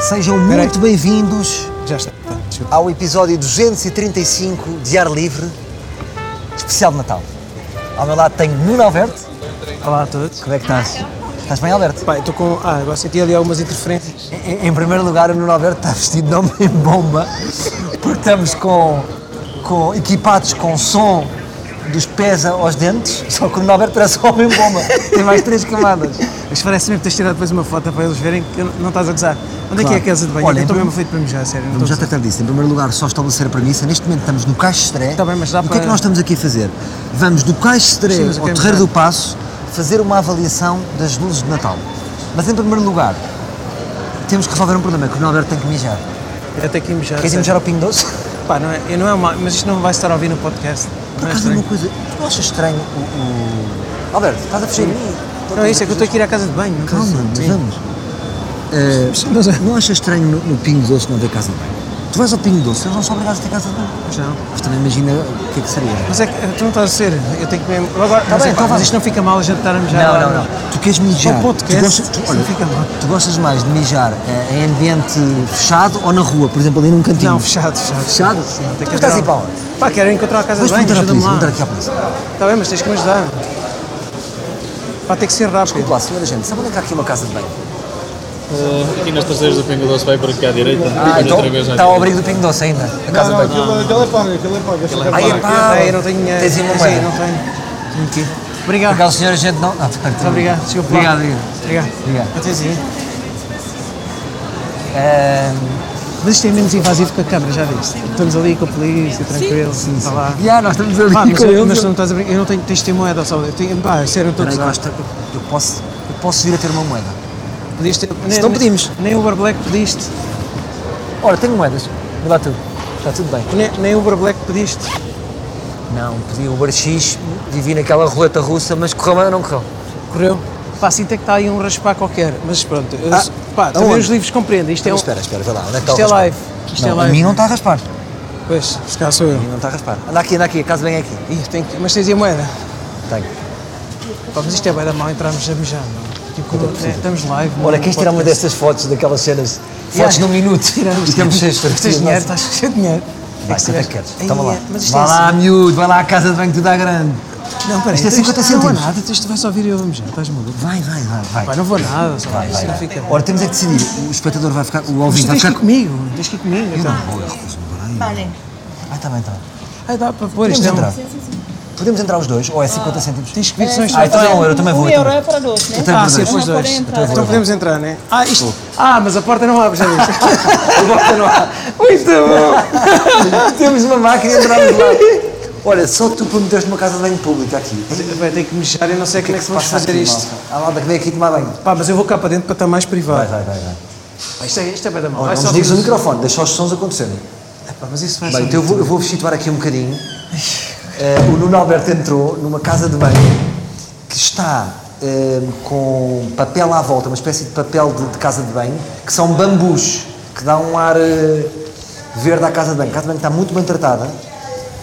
Sejam Peraí. muito bem-vindos Já está. Tá, desculpa. ao episódio 235 de Ar Livre, especial de Natal. Ao meu lado tenho Nuno Alberto. Olá a todos. Como é que estás? Estás bem, Alberto? Pai, estou com. Ah, agora senti ali algumas interferências. Em, em primeiro lugar, o Nuno Alberto está vestido de homem bomba, porque estamos com, com- equipados com som dos pés aos dentes, só que o Nuno Alberto parece um homem bomba. Tem mais três camadas. Mas parece mesmo que tens tirado depois uma foto para eles verem que não estás a gozar. Onde é que é Claro. a casa de banho? Olha, eu estou então- mesmo feito para mijar, sério. Não Vamos Então já estou a gozar. tratar disso. Em primeiro lugar, só estabelecer a premissa. Neste momento estamos no Caixo Estré. Está Tá bem, mas dá o que é para- que nós estamos aqui a fazer? Vamos do Caixo Estré Sim, mas eu ao quero Terreiro mostrar. do Passo fazer uma avaliação das luzes de Natal. Mas em primeiro lugar, temos que resolver um problema que o Alberto tem que mijar. Eu tenho que ir mijar. Queres ir É sério. mijar ao Pingo Doce? Pá, não é, eu não é uma, mas isto não vai estar a ouvir no podcast. Por Não é acaso, uma estranho. coisa. Tu achas estranho o. o- Alberto, estás a fugir de mim? Não, é isso, é que eu estou aqui ir à casa de banho. não Calma, estás- mas Sim. vamos. Eh, não achas estranho no, no Pingo Doce não ter casa de banho? Tu vais ao Pingo Doce, eles não são obrigados a ter casa de banho. Mas não. Mas também imagina o que é que seria. Mas é que eh, tu não estás a ser. Eu tenho que mesmo. Agora, mas, bem, é, pá, então mas vá. isto não fica mal a gente estar a mijar. é? Não, agora, não, não. Tu queres mijar? Só podcast, tu, gostas, tu, isso olha, não fica mal. tu gostas mais de mijar eh, em ambiente fechado ou na rua? Por exemplo, ali num cantinho? Não, fechado, fechado. Fechado? Sim, tem Tu que estás haver aí para algo. onde? Pá, quero encontrar a casa Vamos de banho, perguntar à polícia, ajuda-me perguntar lá. aqui à polícia. Está Tá bem, mas tens que me ajudar. Pá, tem que ser rápido. Desculpe lá, senhora gente, sabe onde é que há aqui uma casa de banho? Uh, aqui nas traseiras do Pingo Doce vai para aqui à direita. Ah, e então outra vez à está ao direita. abrigo do Pingo Doce ainda, a casa de banho. Aquilo, aquilo é pago, aquilo é pago. Esta Aí é pá, Ai, eu não tenho dinheiro. tens aí uma Sim, moeda. não tenho. Obrigado. Aquela senhora gente não... Ah, Muito obrigado. Desculpa. Obrigado, obrigado. obrigado. Obrigado. Até assim. Ahm, Mas isto é menos invasivo que a câmara, já viste? Estamos ali com a polícia, tranquilo, está lá. Já, nós estamos ali Pá, mas, com eu, eles. mas tu não estás a brincar, eu não tenho, tens de ter moeda só. Eu tenho, pá, sério, eu estou Peraí a que eu gozar. acho que eu- eu posso, eu posso vir a ter uma moeda. Podias ter- nem- não pedimos. Nem Uber Black pediste. Ora, tenho moedas. Vê lá tu. Está tudo bem. Nem, nem Uber Black pediste. Não, pedi o barxix, vivi naquela roleta russa, mas correu bem ou não correu? Correu. Pá, sinto é que está aí um raspar qualquer. Mas pronto. eu- Ah, pá, também aonde? os livros compreendem. Isto é um. Espera, espera, vê lá, onde é que está Isto o é raspar? live. Isto é Não, a live. mim não está a raspar. Pois, se calhar sou eu. Não está a raspar. Anda aqui, anda aqui, a casa vem aqui. Ih, tem que- Mas tens aí a moeda. Tenho. Pá, mas isto é bem da mal entrarmos a mijar, não? Tipo, né, estamos live. Olha, não queres tirar uma pode- destas fotos, daquelas cenas, fotos Yeah. num minuto? é Tiramos. E temos seis Mas Tens fotografias dinheiro, nossas. estás cheio de dinheiro. Vai, quanto é tirar- que queres? Ai, Toma lá. Mas isto Vai é lá, assim. miúdo, vai lá à casa de banho, tudo à grande. Não, peraí. Isto é 50 Não cêntimos. vou nada, isto vai só vir eu a mijar, estás maluco? Vai, vai, vai, vai. Pá, não vou nada, só Vai, isto vai, não vai. fica. Ora, temos é que decidir. O espectador vai ficar, o Mas tu ouvinte vai tens que ir ficar... comigo, tens que ir comigo. Eu então. tá não vou, eu recuso-me. peraí. Ah, está bem, está bem. Ai, dá para pôr Podemos isto. é um- entrar? Podemos entrar os dois? Ou é 50 cêntimos? Ah, Tens que ver que são isto. Ah, então é um euro, eu também vou. Um eu euro também. é para dois, né? Eu também Ah, vou sim, dois. depois Não dois. podem entrar. Então podemos entrar, né? Ah, isto. Ah, mas a porta não abre, já viste? Muito tá bom! Temos uma máquina e entramos lá. Olha, só tu prometeste uma casa de banho pública aqui. O Bem, tenho que mijar, eu não sei como é que vamos passa fazer aqui, isto. malta? A malta que vem aqui tomar banho. Pá, mas eu vou cá para dentro para estar mais Vai, privado. vai, vai. vai. Pá, Isto é, isto é bem da mão. Olha, Vai não só nos digas o tudo. microfone, deixa os sons acontecerem. Epá, mas isso vai Bem, só- então eu vou- eu vou-vos situar aqui um bocadinho. Eh, o Nuno Alberto entrou numa casa de banho que está eh, com papel à volta, uma espécie de papel de, de casa de banho, que são bambus, que dá um ar eh, verde à casa de banho. A casa de banho está muito bem tratada.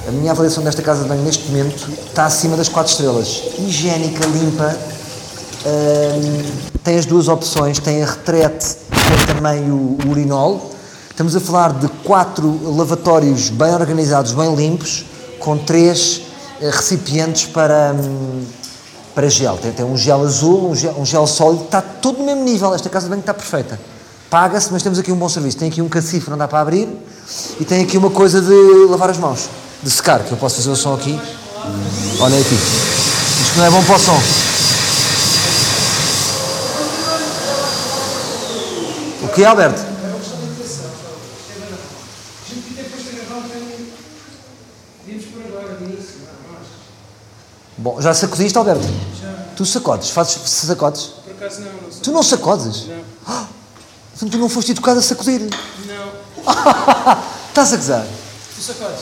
A minha avaliação desta casa de banho neste momento está acima das 4 estrelas. Higiênica, limpa, Hum, tem as duas opções, tem a retrete, tem também o, o urinol. Estamos a falar de quatro lavatórios bem organizados, bem limpos, com três eh, recipientes para, hum, para gel. Tem, tem um gel azul, um gel, um gel sólido, está tudo no mesmo nível. Esta casa de banho está perfeita. Paga-se, mas temos aqui um bom serviço. Tem aqui um cacifo, não dá para abrir, e tem aqui uma coisa de lavar as mãos, de secar, que eu posso fazer o som aqui. Olha aqui. Isto não é bom para o som. O que é, Alberto? Bom, já sacudiste, Alberto? Já. Tu sacodes, fazes sacodes? Por acaso não, não Tu não sacodes? Não. tu não foste educado a sacudir? Não. Estás a gozar? Tu sacodes?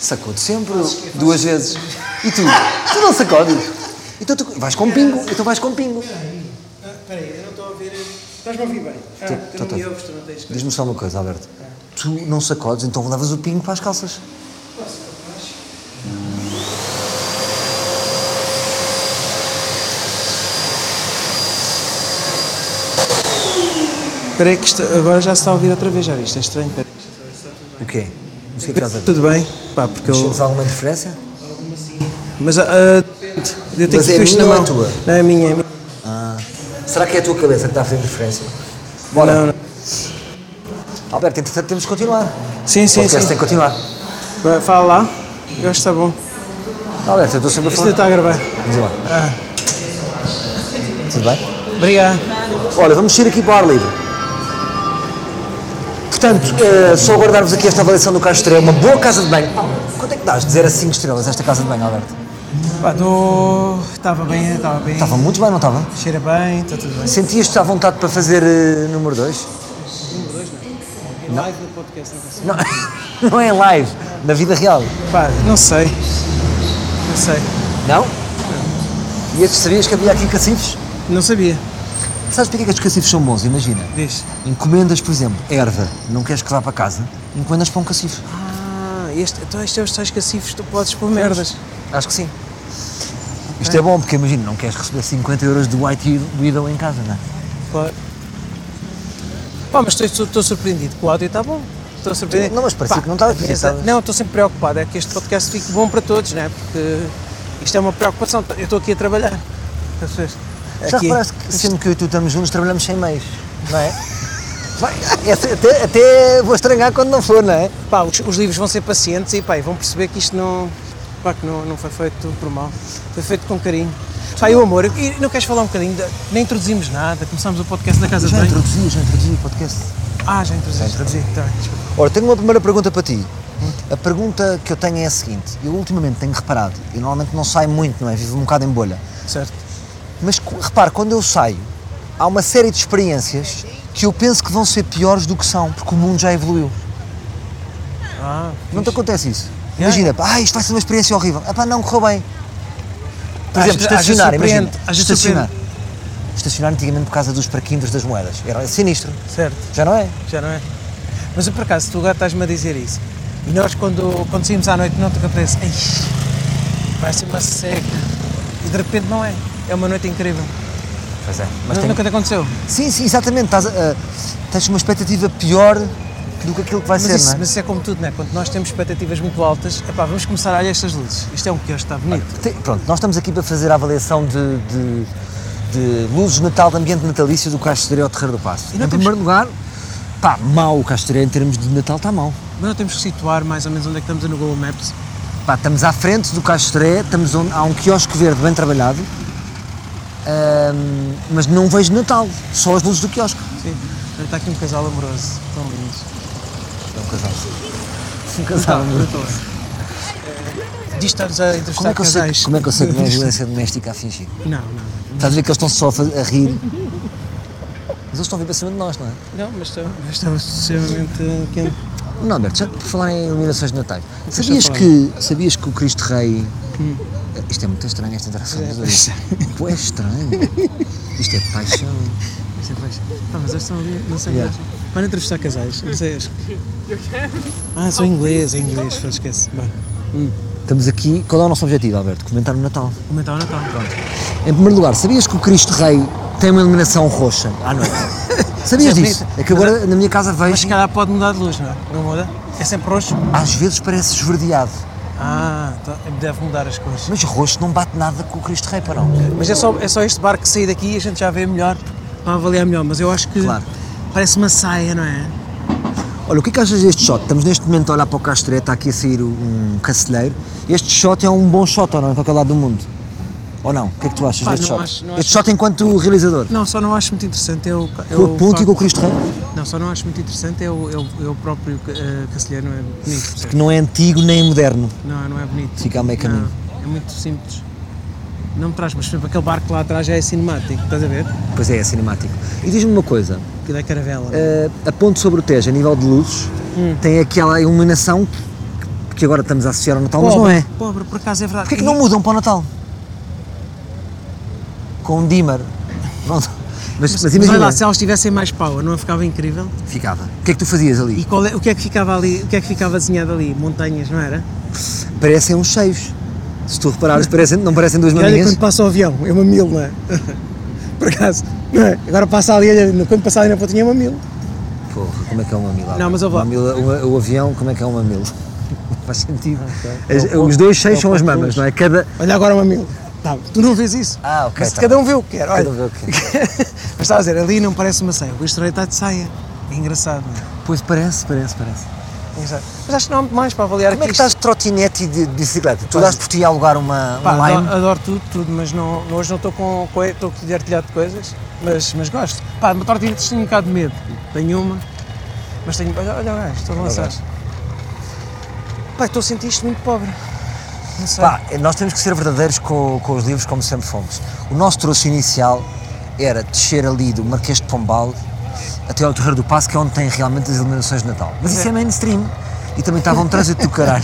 Sacodo sempre, duas vezes. E tu? tu não sacodes? Então tu vais com pingo, então vais com pingo. Espera aí, eu não estou a ouvir. Estás-me a ouvir bem? Ah, Tô, tô, tô. Diz-me só uma coisa, Alberto. Tu não sacodes, então levas o pingo para as calças. Espera aí que isto- agora já se está a ouvir outra vez, já viste? É estranho. espera O aí. quê? Mas O que é que estás a ver? Tudo bem, pá, porque eu. Temos alguma diferença? Mas ah, eu tenho Mas que é ter isto minha na ou mão. é tua? Não é minha, é minha. Será que é a tua cabeça que está a fazer diferença? Bora. Não, não. Alberto, entretanto temos que continuar. Sim, o sim, podcast sim. tem que continuar. Vai, Fala lá. Eu acho que está bom. Alberto, eu estou sempre a Isto ainda falar. está a gravar. Vamos lá. Tudo bem? Obrigado. Ah. Olha, vamos sair aqui para o ar livre. Portanto, eh, só aguardar-vos aqui esta avaliação do Castro É uma boa casa de banho. Paulo, quanto é que dás de 0 a 5 estrelas esta casa de banho, Alberto? Pá, estou. Estava bem, estava bem. Estava muito bem, não estava? Cheira bem, está tudo bem. Sentias-te à vontade para fazer eh, número 2? Em live no podcast não consigo. Não, não é em live, na vida real. Pá, não sei. Não sei. Não? E estes sabias que havia aqui cacifes? Não sabia. Sabes porque é que estes cacifes são bons? Imagina. Diz. Encomendas, por exemplo, erva, não queres que vá para casa, encomendas para um cacife. Ah, este, então este é os tais cacifes, tu podes pôr merdas. Acho que sim. Isto é bom, porque imagina, não queres receber 50 euros de White Widow em casa, não é? Claro. Pá, mas estou- estou surpreendido. O áudio está bom. Estou surpreendido. Não, mas parecia Pá, que não estava. pensa- Não, estou sempre preocupado. É que este podcast fique bom para todos, não é? Porque isto é uma preocupação. Eu estou aqui a trabalhar. Estás a ver? Já Aqui. é reparaste que sendo que eu e tu estamos juntos, trabalhamos sem meios, não é? Vai, é até- até, até vou estranhar quando não for, não é? Pá, os, os livros vão ser pacientes e pá, e vão perceber que isto não, pá, que não, não foi feito por mal, foi feito com carinho. Pá, e o amor, e não queres falar um bocadinho? da- nem introduzimos nada, começámos o podcast da Casa de Já Banho. introduzi, já introduzi o podcast. Ah, já introduzimos. Já introduzi. Tá, bem, desculpa. Ora, tenho uma primeira pergunta para ti. A pergunta que eu tenho é a seguinte: eu ultimamente tenho reparado, e normalmente não saio muito, não é? Vivo um bocado em bolha. certo. Mas co- repare, quando eu saio, há uma série de experiências que eu penso que vão ser piores do que são, porque o mundo já evoluiu. Ah, Não te acontece isso? Yeah, Imagina, pá, ah, isto vai ser uma experiência horrível. Ah, pá, não correu bem. Por exemplo, Às vezes- às vezes estacionar, imagina. surpreende, às vezes Estacionar. Estacionar antigamente por causa dos parquinhos das moedas. Era sinistro. certo, Já não é? já não é? Mas eu, por acaso, tu agora estás-me a dizer isso. E nós, quando, quando saímos à noite, não te acontece, "Ei, vai ser uma seca. E de repente não é. É uma noite incrível. Pois é. Mas Mas tem... nunca te aconteceu. Sim, sim, exatamente. Estás, a- a- tens uma expectativa pior do que aquilo que vai Mas ser, isso, não é? mas isso é como tudo, não é? Quando nós temos expectativas muito altas, epá, vamos começar a olhar estas luzes. Isto é um que hoje está bonito. Te- Pronto, nós estamos aqui para fazer a avaliação de, de, de luzes de Natal, de ambiente natalício do Castelheiro ao Terreiro do Passo. E Em não temos- primeiro lugar, pá, mau o Castelheiro em termos de Natal está mau. Mas não temos que situar mais ou menos onde é que estamos no Google Maps. Pá, estamos à frente do Castoré, estamos onde, há um quiosque verde bem trabalhado, ahm, mas não vejo Natal, só as luzes do quiosque. Sim. Olha, Está aqui um casal amoroso. Tão lindos. É um casal. Um Tá, casal. brutal. Diz estarmos a entrevistar Como é, que eu sei, casais. como é que eu sei que não é violência doméstica a fingir? Não, não. Estás a ver que eles estão só a, fa- a rir? Mas eles estão a vir para cima de nós, não é? Não, mas estamos, mas estamos extremamente quente. Não, Alberto, já por falar em iluminações de Natal, Deixa sabias eu falar. Hum. que, sabias que o Cristo Rei. Isto é muito estranho, esta interação dos dois. pois Pô, é estranho. Isto é paixão. Mas é baixo. Pá, mas eles estão ali, não sei Yeah. mais. Para entrevistar casais, não sei. acho que- Ah, sou inglês, é inglês, foda-se, esquece. Bom, Estamos aqui. Qual é o nosso objetivo, Alberto? Comentar o Natal. comentar o Natal. Pronto. Em primeiro lugar, sabias que o Cristo Rei tem uma iluminação roxa à noite? Sabias Isso é disso? bonito. É que agora na minha casa Mas se vejo, calhar pode mudar de luz, não é? Não muda? É sempre roxo? às vezes parece esverdeado, Ah, então deve mudar as cores. mas roxo não bate nada com o Cristo Rei, para não. Mas é só, é só este barco que sair daqui e a gente já vê melhor, para avaliar melhor. Mas eu acho que Claro. parece uma saia, não é? Olha, o que é que achas deste shot? Estamos neste momento a olhar para o Castro, está aqui a sair um caceleiro. Este shot é um bom shot, ou não, em qualquer lado do mundo? Ou não? O que é que tu achas Pá, deste não shot? acho- não este shot enquanto realizador. Não, só não acho muito interessante. Eu, Com a ponte e com o Cristo Rei, Não, só não acho muito interessante. é Eu, eu, eu próprio uh, Cacilheiro não é bonito. percebes? que não é antigo nem moderno. Não, não é bonito. Fica a meio caminho. Não, é muito simples. Não me traz, mas por exemplo, aquele barco lá atrás já é cinemático, estás a ver? Pois é, é cinemático. E diz-me uma coisa, Aquilo é caravela. não é? Eh, a ponte sobre o Tejo, a nível de luzes, Hum. tem aquela iluminação que- que agora estamos a associar ao Natal, mas não é. Pobre, por acaso é verdade. Porquê é que não E- mudam para o Natal? Com um dimmer. Não- mas, mas Mas olha imagina, lá, se elas tivessem mais power, não ficava incrível? ficava. O que é que tu fazias ali? E qual é- o que é que ficava ali, o que é que ficava desenhado ali? Montanhas, não era? Parecem uns cheios. Se tu reparares, parecem, não parecem duas E olha maminhas? quando passa o avião, é uma mil, não é? por acaso. Não é? Agora passa ali, olha, quando passar ali na pontinha é uma mil. Porra, como é que é um mamilo? Não, mas eu vou- Uma mila- uma- o avião, como é que é um mamilo? Não faz sentido. Ah, As- os dois seis são as mamas, não é? Cada. Olha agora uma mil. Tá, tu não vês isso. Ah, ok, Mas tá cada bem. um vê o que quer. Olha. Cada um vê o que Mas estás a dizer, ali não parece uma saia. O Luís Torreira está de saia. É engraçado, não é? Pois parece, parece, parece. É engraçado. Mas acho que não há muito mais para avaliar Como é que aqui estás de trotinete e de de bicicleta? Tu dás por ti a alugar uma, Pá, um Lime? adoro, adoro tudo, tudo, mas não, hoje não estou com co- estou com artilhado de coisas, mas, mas gosto. Pá, de tortilhas tenho um bocado de medo. Tenho uma, mas tenho. Olha, olha o gajo, estou a lançar. Pá, estou a sentir isto muito pobre. Não sei. Pá, nós temos que ser verdadeiros com, com os livros como sempre fomos. O nosso troço inicial era descer ali do Marquês de Pombal até ao Terreiro do Passo, que é onde tem realmente as iluminações de Natal. Mas isso é mainstream. E também estava um trânsito do caralho.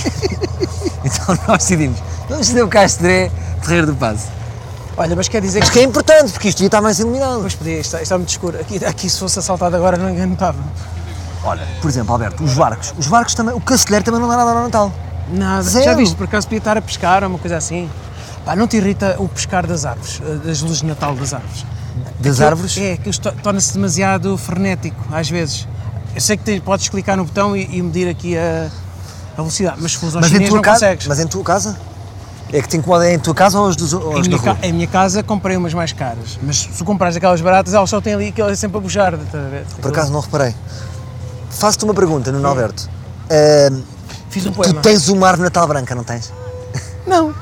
então nós decidimos, vamos fazer o Castré, Terreiro do Passo. Olha, mas quer dizer Mas que. que é importante, porque isto devia estar mais iluminado. Pois podia, está, está muito escuro. Aqui, aqui se fosse assaltado agora não notava. Olha, por exemplo, Alberto, os barcos. Os barcos também, o cancelheiro também não dá nada ao Natal. Nada. Zero. Já viste, por acaso podia estar a pescar ou uma coisa assim. Pá, não te irrita o pescar das árvores, eh, das luzes de Natal das árvores? Das Aquilo- árvores? É, que torna-se demasiado frenético, às vezes. Eu sei que tens- podes clicar no botão e, e medir aqui a, a velocidade, mas se fores aos Mas em, chineses tua não casa, consegues. mas em tua casa? É que te incomoda é em tua casa ou os, dos, ou os em, da minha rua? ca- em minha casa comprei umas mais caras, mas se comprares aquelas baratas, elas só têm ali aquilo é sempre a bujar. estás a ver? Por acaso não reparei. Faço-te uma pergunta, Hum. Nuno Alberto. Ahm, Fiz um tu poema. tens uma árvore de Natal branca, não tens? Não,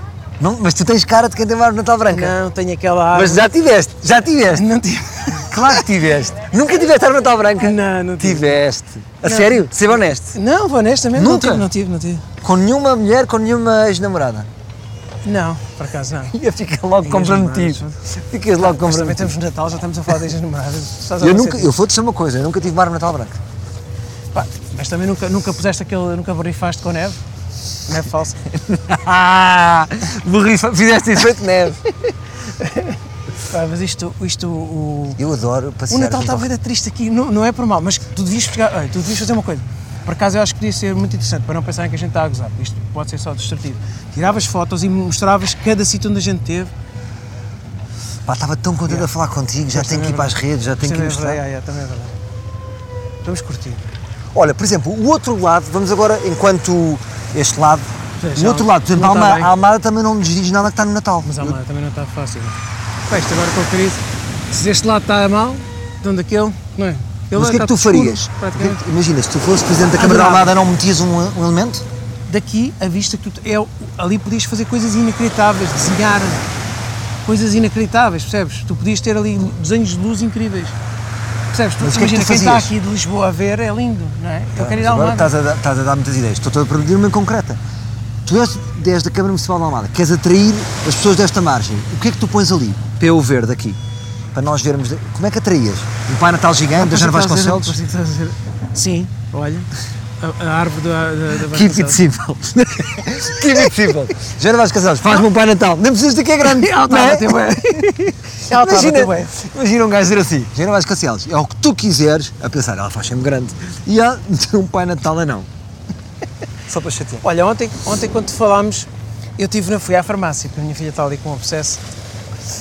Não, mas tu tens cara de quem tem uma árvore de Natal branca. não, tenho aquela árvore. Mas já tiveste, já tiveste. Não tive. Claro que tiveste. Nunca tiveste árvore de Natal branca? Não, não tive. Tiveste. A sério? Ser honesto. Não, honestamente, Nunca? não tive, não tive, não Com nenhuma mulher, com nenhuma ex-namorada. tive. Não, por acaso não. E eu fico logo comprometido. Ficas logo Mas também comprometido. temos Natal, já estamos a falar das namoradas. Estás a Eu, fazer nunca, eu vou-te dizer uma coisa, eu nunca tive uma árvore de Natal branca. Pá, mas também nunca, nunca puseste aquele, nunca borrifaste com neve? é Neve falsa. Ah, borrifa- fizeste efeito neve. Pá, mas isto, isto o, Eu adoro passear. o Natal tá com está a barro. ver triste aqui, não, não é por mal, mas tu devias, pegar, olha, tu devias fazer uma coisa. Por acaso eu acho que podia ser muito interessante, para não pensarem que a gente está a gozar, porque isto pode ser só destrutivo. Tiravas fotos e mostravas cada sítio onde a gente teve. Pá, estava tão contente a falar contigo, já Mas tenho que ir também para as é redes, já tenho que ir Também é mostrar. verdade, é, é, também é verdade. Vamos curtir. Olha, por exemplo, o outro lado, vamos agora, enquanto este lado, Sim, o já outro lado, por exemplo, a não está Alma- bem. a Almada também não nos diz nada que está no Natal. Mas a mala também não está fácil. Pá, isto agora com a crise, se este lado está mal, então daquele, não é? Aquele Mas o que é que lado tu está escuro, farias? praticamente. Ah, Imagina, se tu fosses presidente da Câmara da Adorava. Almada, não metias um, um elemento? daqui a vista que tu é, o- ali podias fazer coisas inacreditáveis, desenhar coisas inacreditáveis, percebes? Tu podias ter ali desenhos de luz incríveis. Percebes? Tu Mas o que é que imagina tu quem está fazias? Tá, aqui de Lisboa a ver é lindo, não é? Eu quero ir Mas à agora Almada. estás a, dar- estás a dar muitas ideias. Estou a perguntar uma em concreta. Tu és, és da Câmara Municipal da Almada, queres atrair as pessoas desta margem. O que é que tu pões ali? Pelo verde aqui. Para nós vermos. de- Como é que atraías? Um Pai Natal gigante, da Jana Estás a dizer- Vasconcelos? estás a dizer- Sim, olha. A, a árvore da, da, da Keep it Vasconcelos. simple. Keep it simple. Jana Vasconcelos, faz-me um Pai Natal. Nem precisas de que é grande. Ela não é? estava até bem. Ela estava até bem. Imagina, imagina um gajo dizer assim, Jana Vasconcelos, é o que tu quiseres, a pensar, ela faz sempre grande. E há meter um Pai Natal a não. Só para chatear. Olha, ontem, ontem quando falámos, eu tive, na- fui à farmácia, porque a minha filha está ali com um obsesso.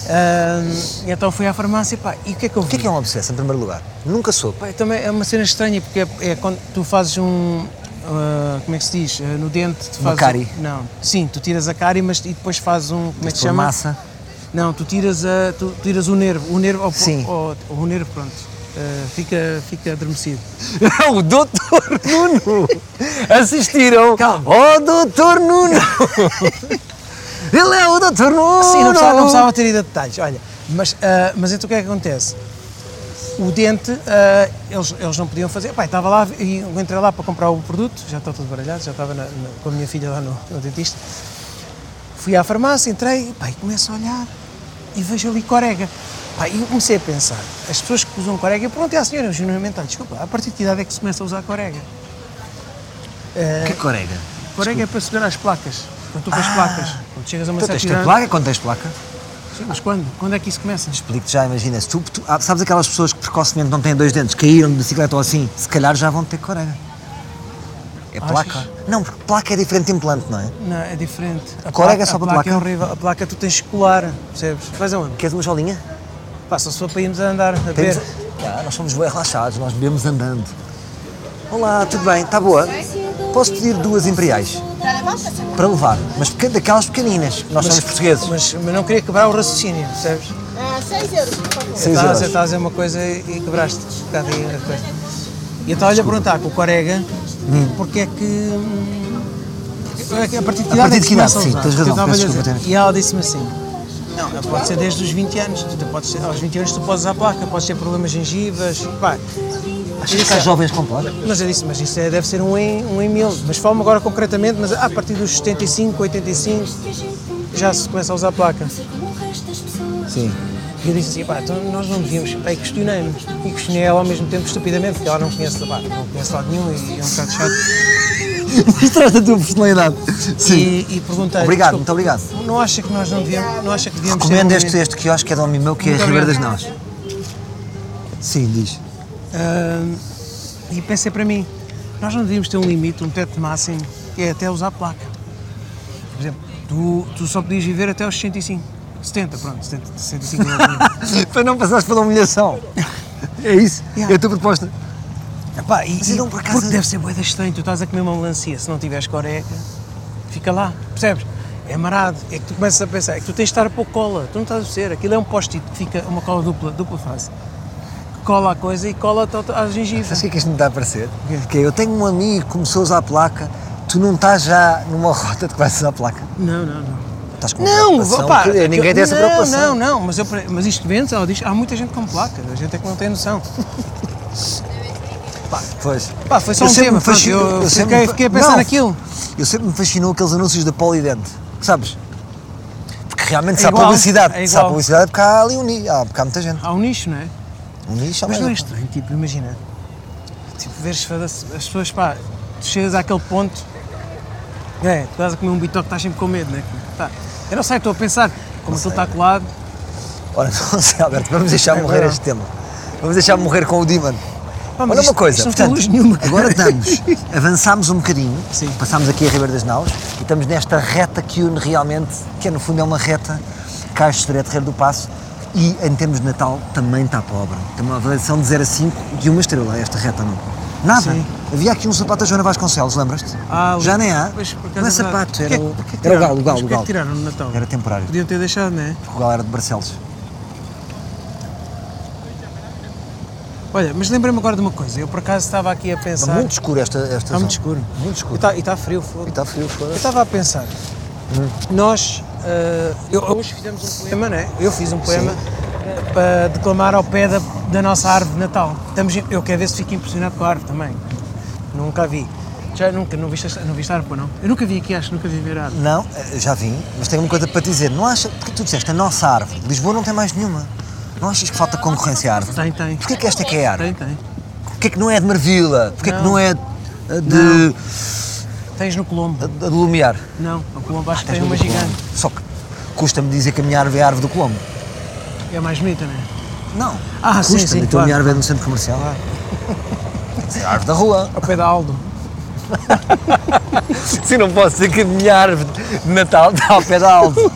Ahm, e então fui à farmácia pá, e o que é que eu vi? O que é que é um obsesso, em primeiro lugar? Nunca soube. Pá, também é uma cena estranha, porque é, é quando tu fazes um. ah, como é que se diz? Ah, no dente, tu fazes. cárie. Não. Sim, tu tiras a cárie, mas e depois fazes um. Como é que se Por chama? massa. Não, tu tiras, a, tu tiras o nervo. O nervo. ou- Sim. ou- o nervo, pronto. ah, fica, fica adormecido. o Doutor Nuno! Assistiram Calma. ao Doutor Nuno! Ele é o Doutor Nuno! Sim, não precisava, não precisava ter ido a detalhes, olha. Mas, ah, mas então o que é que acontece? O dente, ah, eles, eles não podiam fazer. Pai, estava lá, e eu entrei lá para comprar o produto, já está tudo baralhado, já estava na- na- com a minha filha lá no, no dentista. Fui à farmácia, entrei, e, pá, e começo a olhar e vejo ali corega. Pá, e eu comecei a pensar, as pessoas que usam corega, eu perguntei à senhora, eu genuinamente, olha, desculpa, a partir de que idade é que se começa a usar corega? Que corega? Corega é para segurar as placas, quando tu fazes placas. Quando chegas a uma Tu certa Ah! Então tens ter idade... placa? Quando tens placa? Sim, mas quando? Quando é que isso começa? Explico-te já, imagina, se tu, tu- ah, sabes aquelas pessoas que precocemente não têm dois dentes, caíram de bicicleta ou assim, se calhar já vão ter corega. É Achas? placa? Não, porque placa é diferente de implante, não é? Não, é diferente. A Colega é só a para placa é placa? horrível. A placa tu tens que colar, percebes? Vais aonde? Queres uma jolinha? Pá, só se for para irmos a andar a Temos- ver. Ah, nós somos bem relaxados, nós bebemos andando. Olá, tudo bem? Está boa? Posso pedir duas imperiais para levar, mas pequen- daquelas pequeninas. Nós somos portugueses. Mas, mas não queria quebrar o raciocínio, percebes? 6 Ah, euros, por favor. Seis Estás euros. estás a dizer uma coisa e quebraste um bocadinho a coisa. E eu estava-lhe a perguntar com o Corega porque é que. hum, porque é que a partir de que A idade partir é de que que idade, começam a sim, usar? tens Porque eu razão, peço estava-lhe a desculpa, dizer- Tânia. E ela disse-me assim: não, pode ser desde os 20 anos, tu podes ser, aos 20 anos tu podes usar placa, podes ter problemas de gengivas, pá. Achas é- que há jovens com placa? Mas eu disse, mas isso é- deve ser um em, um em mil. Mas fala-me agora concretamente, mas a partir dos 75, 85, já se começa a usar placa. Sim. E eu disse assim, pá, então nós não devíamos. Aí questionei-me. E questionei ela ao mesmo tempo estupidamente, porque ela não conhece, pá, não conhece lado nenhum e é um bocado chato. Mostraste a tua personalidade. Sim. E, e perguntei. Obrigado, muito desculpa, obrigado. Não acha que nós não devíamos. Não acha que devíamos ter um Recomendo este, movimento? este quiosque que é de homem meu, que é Muito Ribeiro das obrigado. Nós. Sim, diz. Ah, E pensei para mim, nós não devíamos ter um limite, um teto máximo, que é até usar placa. Por exemplo, tu, tu só podias viver até aos 65. 70, pronto, 70, 65 é o limite. Para não passares pela humilhação. É isso? Yeah. É a tua proposta? Epá, e, Mas então, e- por acaso- Porque deve ser boeda estranho, tu estás a comer uma melancia, se não tiveres coreca, fica lá, percebes? É marado, é que tu começas a pensar, é que tu tens de estar a pôr cola, tu não estás a perceber, aquilo é um post-it que fica uma cola dupla, dupla face, que cola a coisa e cola a gengiva. Sabes o que é que isto me está a parecer? Que é, eu tenho um amigo que começou a usar a placa, tu não estás já numa rota de que vais usar a placa. Não, não, não. Estás com Não, preocupação, opá, que- ninguém tem essa não, preocupação. Não, não, mas, eu, mas isto vende, ela diz, há muita gente com placa, a gente é que não tem noção. Pois. Pá, foi só Eu um sempre tema, me fascino- pronto, eu, sempre fiquei, me- fiquei a pensar Não, naquilo. Eu sempre me fascinou aqueles anúncios da Polidente, sabes? Porque realmente se há igual, publicidade, é se há igual. publicidade é porque há ali um nicho, há, porque há muita gente. Há um nicho, não é? Um nicho, há mais Mas não é um- estranho, tipo, imagina, tipo, veres as as pessoas, pá, tu chegas àquele ponto, é, tu estás a comer um bitoque, estás sempre com medo, né? Tá. Eu não sei, estou a pensar, como aquilo está colado, Ora, não sei, Alberto, vamos deixar É morrer verdade. este tema. Vamos deixar morrer com o Diman. Pá, mas Olha isto- uma coisa, isto não tem luz nenhuma, cara. agora estamos, avançámos um bocadinho, Sim. passámos aqui a Ribeira das Naus e estamos nesta reta que une realmente, que é, no fundo é uma reta, Caixo de Estreia, Terreiro do Passo, e em termos de Natal também está pobre. Tem uma avaliação de 0 a 5 de uma estrela, esta reta não. Nada. Sim. Havia aqui um sapato da Joana Vasconcelos, lembras-te? Ah, Já nem há. Pois, por acaso Não é é verdade. sapato, Porquê- era, o- porquê era o tiraram? galo, o Mas galo, o porquê galo. que tiraram no Natal? Era temporário, Podiam ter deixado, não é? porque o galo era de Barcelos. Olha, mas lembrei-me agora de uma coisa, eu por acaso estava aqui a Está pensar... muito escuro esta, esta Está zona. muito escuro. Muito E escuro. está, e está frio, foda E tá- está frio, fora. Eu estava a pensar, nós, eh, eu, hoje fizemos um poema, não é? Eu fiz um poema eh, para declamar ao pé da, da nossa árvore de Natal. Estamos, em- eu quero ver se fico impressionado com a árvore também. Nunca a vi. Já nunca, não viste, esta- não viste a árvore, não? Eu nunca vi aqui, acho, nunca vi ver a árvore. Não, eh, já vim, mas tenho uma coisa para te dizer. Não acha, porque tu disseste a nossa árvore, Lisboa não tem mais nenhuma. Não achas que falta concorrência à árvore? Tem, tem. Porquê que esta é que é a árvore? Tem, tem. Porquê que não é de Marvila? Porquê que Não. não é eh, de, Tens no Colombo? de, de Lumiar? Não, no Colombo acho que Ah. Tens tem no uma do Colombo. gigante. Só que custa-me dizer que a minha árvore é a árvore do Colombo. É a mais bonita, não é? Não. Ah, sim, custa-me. sim, Então a claro. Ah. minha árvore é no centro comercial. É a árvore da rua. Ao pé da Aldo. Se não posso dizer que a minha árvore de Natal está ao pé da Aldo.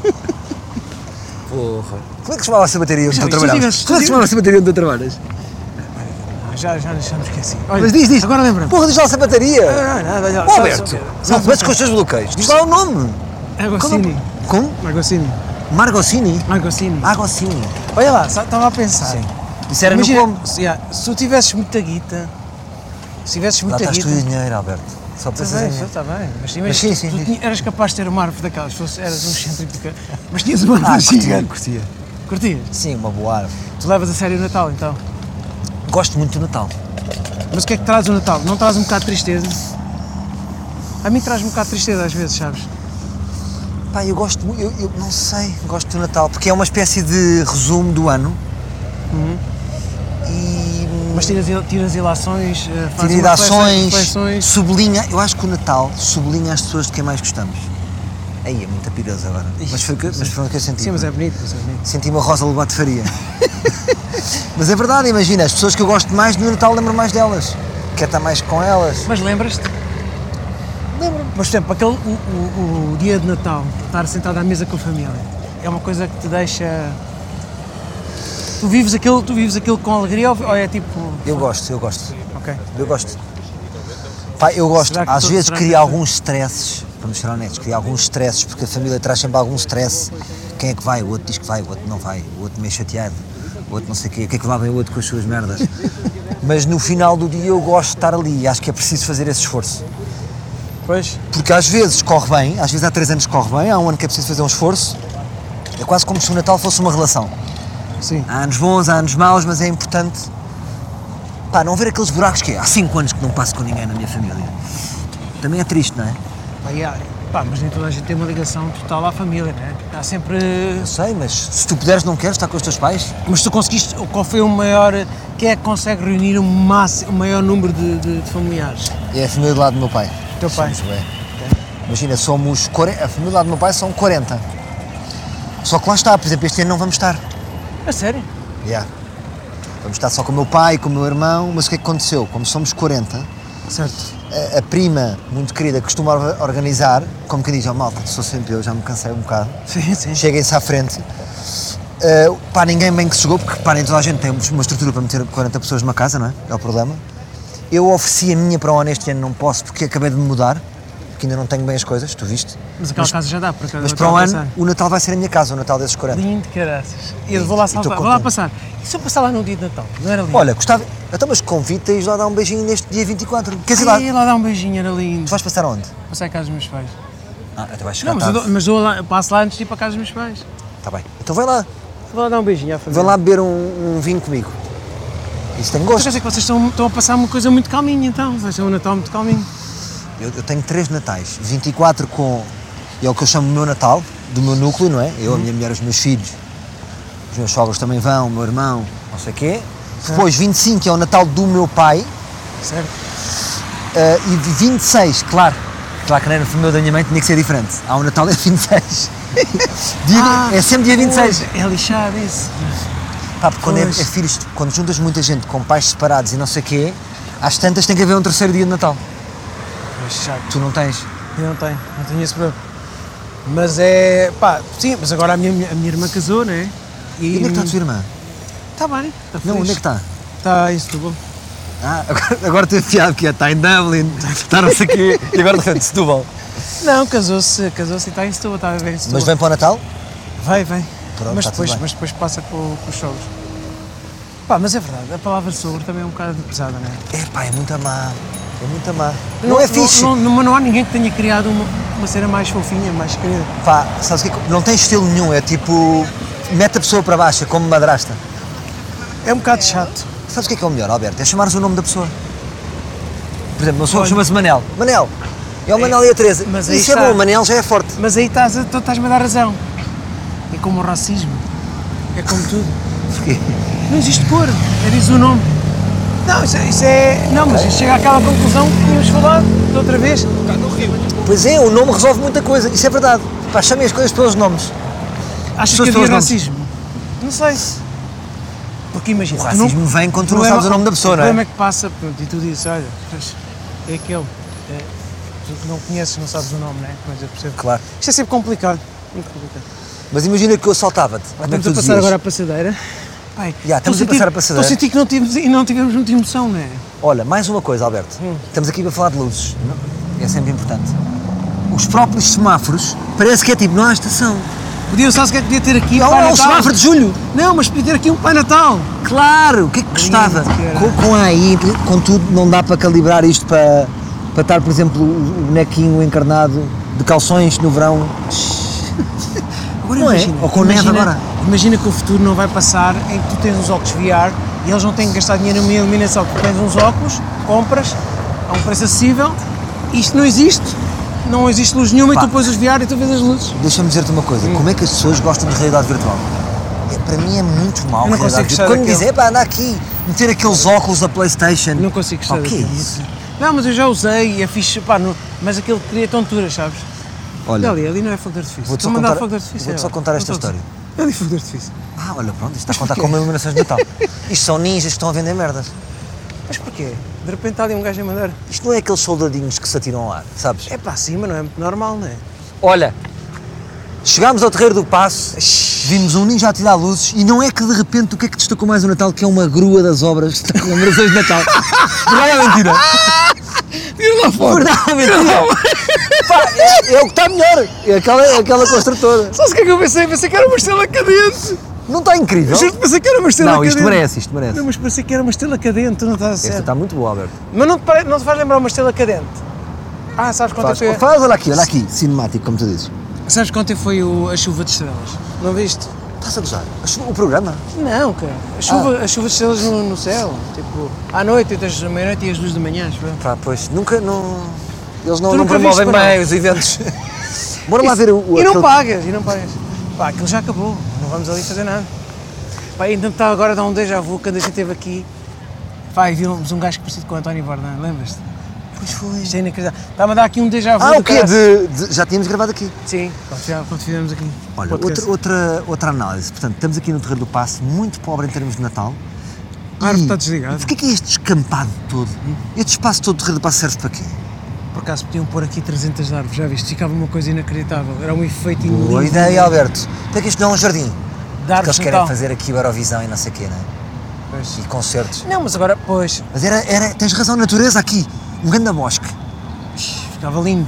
Porra. Como é que se chama a sabateria onde Já tu vi, trabalhas? se tivesse- Como é que se chama a sabateria onde tu trabalhas? Ah, Já, já deixamos que assim. Olha, Mas diz, diz. Agora lembra-me. Porra, diz lá a sapataria. Não, não, nada, olha, Ó, sabe- Alberto, sabe- não comeces com os teus bloqueios. Diz lá o nome. é Agostini. Como? Agostini. Margocini? Agostini. Agocini. Olha lá, só estava a pensar. Ah, Sim. Isso era Imagina, no Combo. se, yeah, se tu tivesses muita guita, se tivesses Lá muita estás tu guita. e o dinheiro, Alberto. é, Só Está pensas em bem, dinheiro. está bem. Mas, imagina, Mas sim, sim, tu, diz. tinha- eras capaz de ter uma árvore daquelas, se fosse, eras um excêntrico. Mas tinhas uma Ah, árvore curtia, gigante. curtia. Curtias? Sim, uma boa árvore. Tu levas a sério o Natal então. Gosto muito do Natal. Mas o que é que traz o Natal? Não traz um bocado de tristeza? A mim traz um bocado de tristeza às vezes, sabes? Pá, eu gosto muito, eu, eu não sei, gosto do Natal, porque é uma espécie de resumo do ano. Uhum. E hum, Mas tiras, tiras ilações, eh, faz tira uma reflexão- ações, reflexões. sublinha, eu acho que o Natal sublinha as pessoas de quem mais gostamos. Aí é muito pirosa agora. Mas foi, o que- mas foi o que eu senti. Sim, mas é bonito, mas é bonito. Senti uma Rosa Lobato Faria. Mas é verdade, imagina, as pessoas que eu gosto mais no Natal lembro mais delas. Quero estar mais com elas. Mas lembras-te? Lembro-me. Mas, por exemplo, aquele, o, o- o dia de Natal, estar sentado à mesa com a família, é uma coisa que te deixa. Tu Tu vives aquilo, tu vives aquilo com alegria ou ou é tipo. Eu gosto, eu gosto. Ok. Eu gosto. Pá, eu gosto. Será que Às tu- vezes será cria que- alguns stresses, vamos ser honestos, cria alguns stresses, porque a família traz sempre algum stress. Quem é que vai? O outro diz que vai, o outro não vai, o outro meio chateado, o outro não sei o quê, o que é que lá vem o outro com as suas merdas. Mas no final do dia eu gosto de estar ali e acho que é preciso fazer esse esforço. Pois. Porque às vezes corre bem, às vezes há três anos corre bem, há um ano que é preciso fazer um esforço. É quase como se o Natal fosse uma relação. Sim. Há anos bons, há anos maus, mas é importante pá, não ver aqueles buracos que é. Há 5 anos que não passo com ninguém na minha família. Também é triste, não é? Pá, e há- pá, mas nem toda a gente tem uma ligação total à família, não é? Há sempre. Eu sei, mas se tu puderes, não queres estar com os teus pais? Mas tu conseguiste. Qual foi o maior. Quem é que consegue reunir o, máximo, o maior número de, de- de familiares? É a família do lado do meu pai. Teu pai. Somos, bué. Imagina, somos 40, a família do lado do meu pai são 40. Só que lá está, por exemplo, este ano não vamos estar. A sério? Yeah. Vamos estar só com o meu pai, com o meu irmão, mas o que é que aconteceu? Como somos 40, Certo. a, a prima, muito querida, costumava organizar, como quem diz, oh malta, sou sempre eu, já me cansei um bocado. Sim, sim. Cheguem-se à frente. Uh, pá, ninguém bem que chegou, porque reparem, toda a gente tem uma estrutura para meter 40 pessoas numa casa, não é? É o problema. Eu ofereci a minha para o ano este ano, não posso, porque acabei de me mudar, porque ainda não tenho bem as coisas, tu viste? Mas um aquela casa já dá, por acaso. Mas eu para o estava a ano, pensar. o Natal vai ser a minha casa, o Natal desses 40. Lindo, caraças. Eu vou lá E tô salvar, vou lá contente. passar. E se eu passar lá no dia de Natal? Não era lindo? Olha, gostava. Então, mas convido-te a ires lá dar um beijinho neste dia 24. Quer dizer, lá, Ai, tu lá dá um beijinho, era lindo. vais passar onde? Passar a casa dos meus pais. Ah, tu vais chegar Não, mas eu, tarde. dou- mas dou lá, passo lá antes de ir para a casa dos meus pais. Tá bem. Então vai lá, Vou lá dar um beijinho à vai família. lá beber um, um vinho comigo. Isso tem Quer gosto. dizer que vocês estão, estão a passar uma coisa muito calminha então, vai ser um Natal muito calminho. Eu, eu tenho três natais. 24 com. É o que eu chamo o meu Natal, do meu núcleo, não é? Eu, Uhum. a minha mulher, os meus filhos, os meus sogros também vão, o meu irmão, não sei o quê. Uhum. Depois, 25 é o Natal do meu pai. Certo? eh, e de 26, claro. Claro que não era o meu da minha mãe, tinha que ser diferente. Há um Natal é 26. dia, é sempre dia 26. Pois, Ah, É lixado isso. Pá, porque quando, é, é Pois. filhos, quando juntas muita gente com pais separados e não sei o quê, às tantas tem que haver um terceiro dia de Natal. É chato. Tu não tens. Eu não tenho, não tenho esse problema. Mas é. pá, sim, mas agora a minha, a minha irmã casou, não é? E onde é que está a tua irmã? Está bem, está feliz. Não, onde é que está? Está em Setúbal. Ah, agora, agora teve piada, porque está em Dublin, está não sei o quê, e agora está em Setúbal. Não, casou-se, casou-se e está em Setúbal, está a viver em Setúbal. Mas vem para o Natal? Vai, vai. Pronto, mas, tá tudo depois, bem. mas depois passa com, com os sogros. Pá, mas é verdade, a palavra sogro também é um bocado pesada, não é? É pá, é muito amar, é muito amar. Não, é fixe. Não, não, não há ninguém que tenha criado uma, uma cena mais fofinha, mais querida. Pá, sabes o que é que- Não tem estilo nenhum, é tipo, mete a pessoa para baixo, é como madrasta. É um bocado chato. Sabes o que é que é o melhor, Alberto? É chamares o nome da pessoa. Por exemplo, meu sogro Olha. chama-se Manel. Manel! É o Manel e a Teresa. mas aí Isso é está. bom, o Manel já é forte. Mas aí estás, a- tu estás-me a dar razão. É como o racismo. É como tudo. Porquê? Não existe cor, é diz o nome. Não, isso, é- isso é. Não, mas chega àquela conclusão que tínhamos falado da outra vez. Pois é, o nome resolve muita coisa, isso é verdade. Pá, chamem as coisas pelos nomes. Achas Pessoas que pelos havia nomes. racismo? Não sei. Porque imagina. O tu racismo vem quando tu não problema- sabes o nome da pessoa, o não é? problema é que passa, pronto, e tu dizes, olha, pois, é aquele. É, tu não conheces, não sabes o nome, não é? Mas eu percebo. Claro. Isto é sempre complicado. Muito complicado. Mas imagina que eu assaltava-te. Como é que Estamos tu a passar dizias? agora a passadeira. Pai, Já, estamos estou a passar a passadeira. Estou a sentir que não tivemos, e não tivemos muita emoção, não é? Olha, mais uma coisa, Alberto. Hum. Estamos aqui para falar de luzes. não? É sempre importante. Os próprios semáforos, parece que é tipo, não há estação. Podia, sabes o que é que podia ter aqui? Há Pai lá o Natal? semáforo de julho. Não, mas podia ter aqui um Pai Natal. Claro, o que é que gostava? cara. Com, com a AI, contudo, não dá para calibrar isto para, para estar, por exemplo, o o bonequinho encarnado de calções no verão. Agora Não é? imagina. Ou com neve imagina, agora. Imagina que o futuro não vai passar em que tu tens os óculos VR e eles não têm que gastar dinheiro numa iluminação. Tu tens uns óculos, compras, a um preço acessível, isto não existe. Não existe luz nenhuma Pá. e tu pões os VR e tu vês as luzes. Deixa-me dizer-te uma coisa, Hum. como é que as pessoas gostam de realidade virtual? É, para mim é muito mal Eu não realidade virtual. consigo gostar Quando me daquilo. dizem, "Epá, anda aqui, meter aqueles óculos da Playstation. Não consigo Pá, gostar O que é daquilo. isso? Não, mas eu já usei e é fixe, pá, não- mas aquilo cria tonturas, sabes? Olha, ali, ali não é fogo de artifício. Vou-te Vou só mandar contar- fogo de artifício. vou-te só agora. contar esta Não tô- história. Ali fogo de artifício. Ah, olha, pronto, isto está a contar como iluminações de Natal. Isto são ninjas que estão a vender merdas. Mas porquê? De repente está ali um gajo a mandar. Isto não é aqueles soldadinhos que se atiram ao ar, sabes? é? É para cima, não é muito normal, não é? Olha, Chegámos ao Terreiro do Passo, vimos um ninja a tirar luzes e não é que de repente o que é que destacou mais o Natal, que é uma grua das obras de comemorações de Natal. Verdade ou mentira? Tira lá fora. Verdade ou mentira? Pá, é, é o que está melhor, é aquela, aquela construtora. Sabes o que é que eu pensei? Pensei que era uma estrela cadente. Não está incrível? Juro-te, pensei que era uma estrela Não, cadente. isto merece, isto merece. tá- Não, mas pensei que era uma estrela cadente, tu não estás a Esta sério. está muito boa, Alberto. Mas não te, pare- não te faz lembrar uma estrela cadente? Ah, sabes quanto Faz, é que foi? faz, olha aqui, olha aqui, cinemático, como tu dizes. Sabes quanto é que foi o- a chuva de estrelas? Não viste? Estás a gozar? O programa? Não, cara. A Ah. chuva, a chuva de estrelas no, no céu. Tipo, à noite, entre as meia-noite e as duas da manhã, acho eu. Pá, pois, nunca, não... Eles não, Tu não nunca viste, promovem pá, não? bem os eventos. Bora lá ver o... o- E não aquele- pagas, e não pagas. Pá, aquilo já acabou, não vamos ali fazer nada. Pá, ainda me está agora a dar um déjà vu quando a gente esteve aqui. Pá, e vimos um gajo parecido com o António Vardan, lembras-te? Pois foi. Isto é inacreditável. Está-me a dar aqui um déjà vu. Ah, do o quê? caralho. De, de- já tínhamos gravado aqui. Sim, quando já- quando fizemos aqui. um Olha, podcast. outra, outra, outra análise. Portanto, estamos aqui no Terreiro do Passo, muito pobre em termos de Natal. A árvore E- está desligada. Porquê que é este descampado todo? Hum? Este espaço todo do Terreiro do Passo serve para quê? Por acaso podiam pôr aqui 300 árvores, já viste? Ficava uma coisa inacreditável. Era um efeito lindo Boa ideia, Alberto. Porquê que isto não é um jardim? de Porque árvores eles de querem Natal. fazer aqui o Eurovisão e não sei o quê, né? um Pois. E concertos. Não, mas agora, pois, Mas era, era, tens razão, natureza aqui. Um grande bosque. ficava lindo.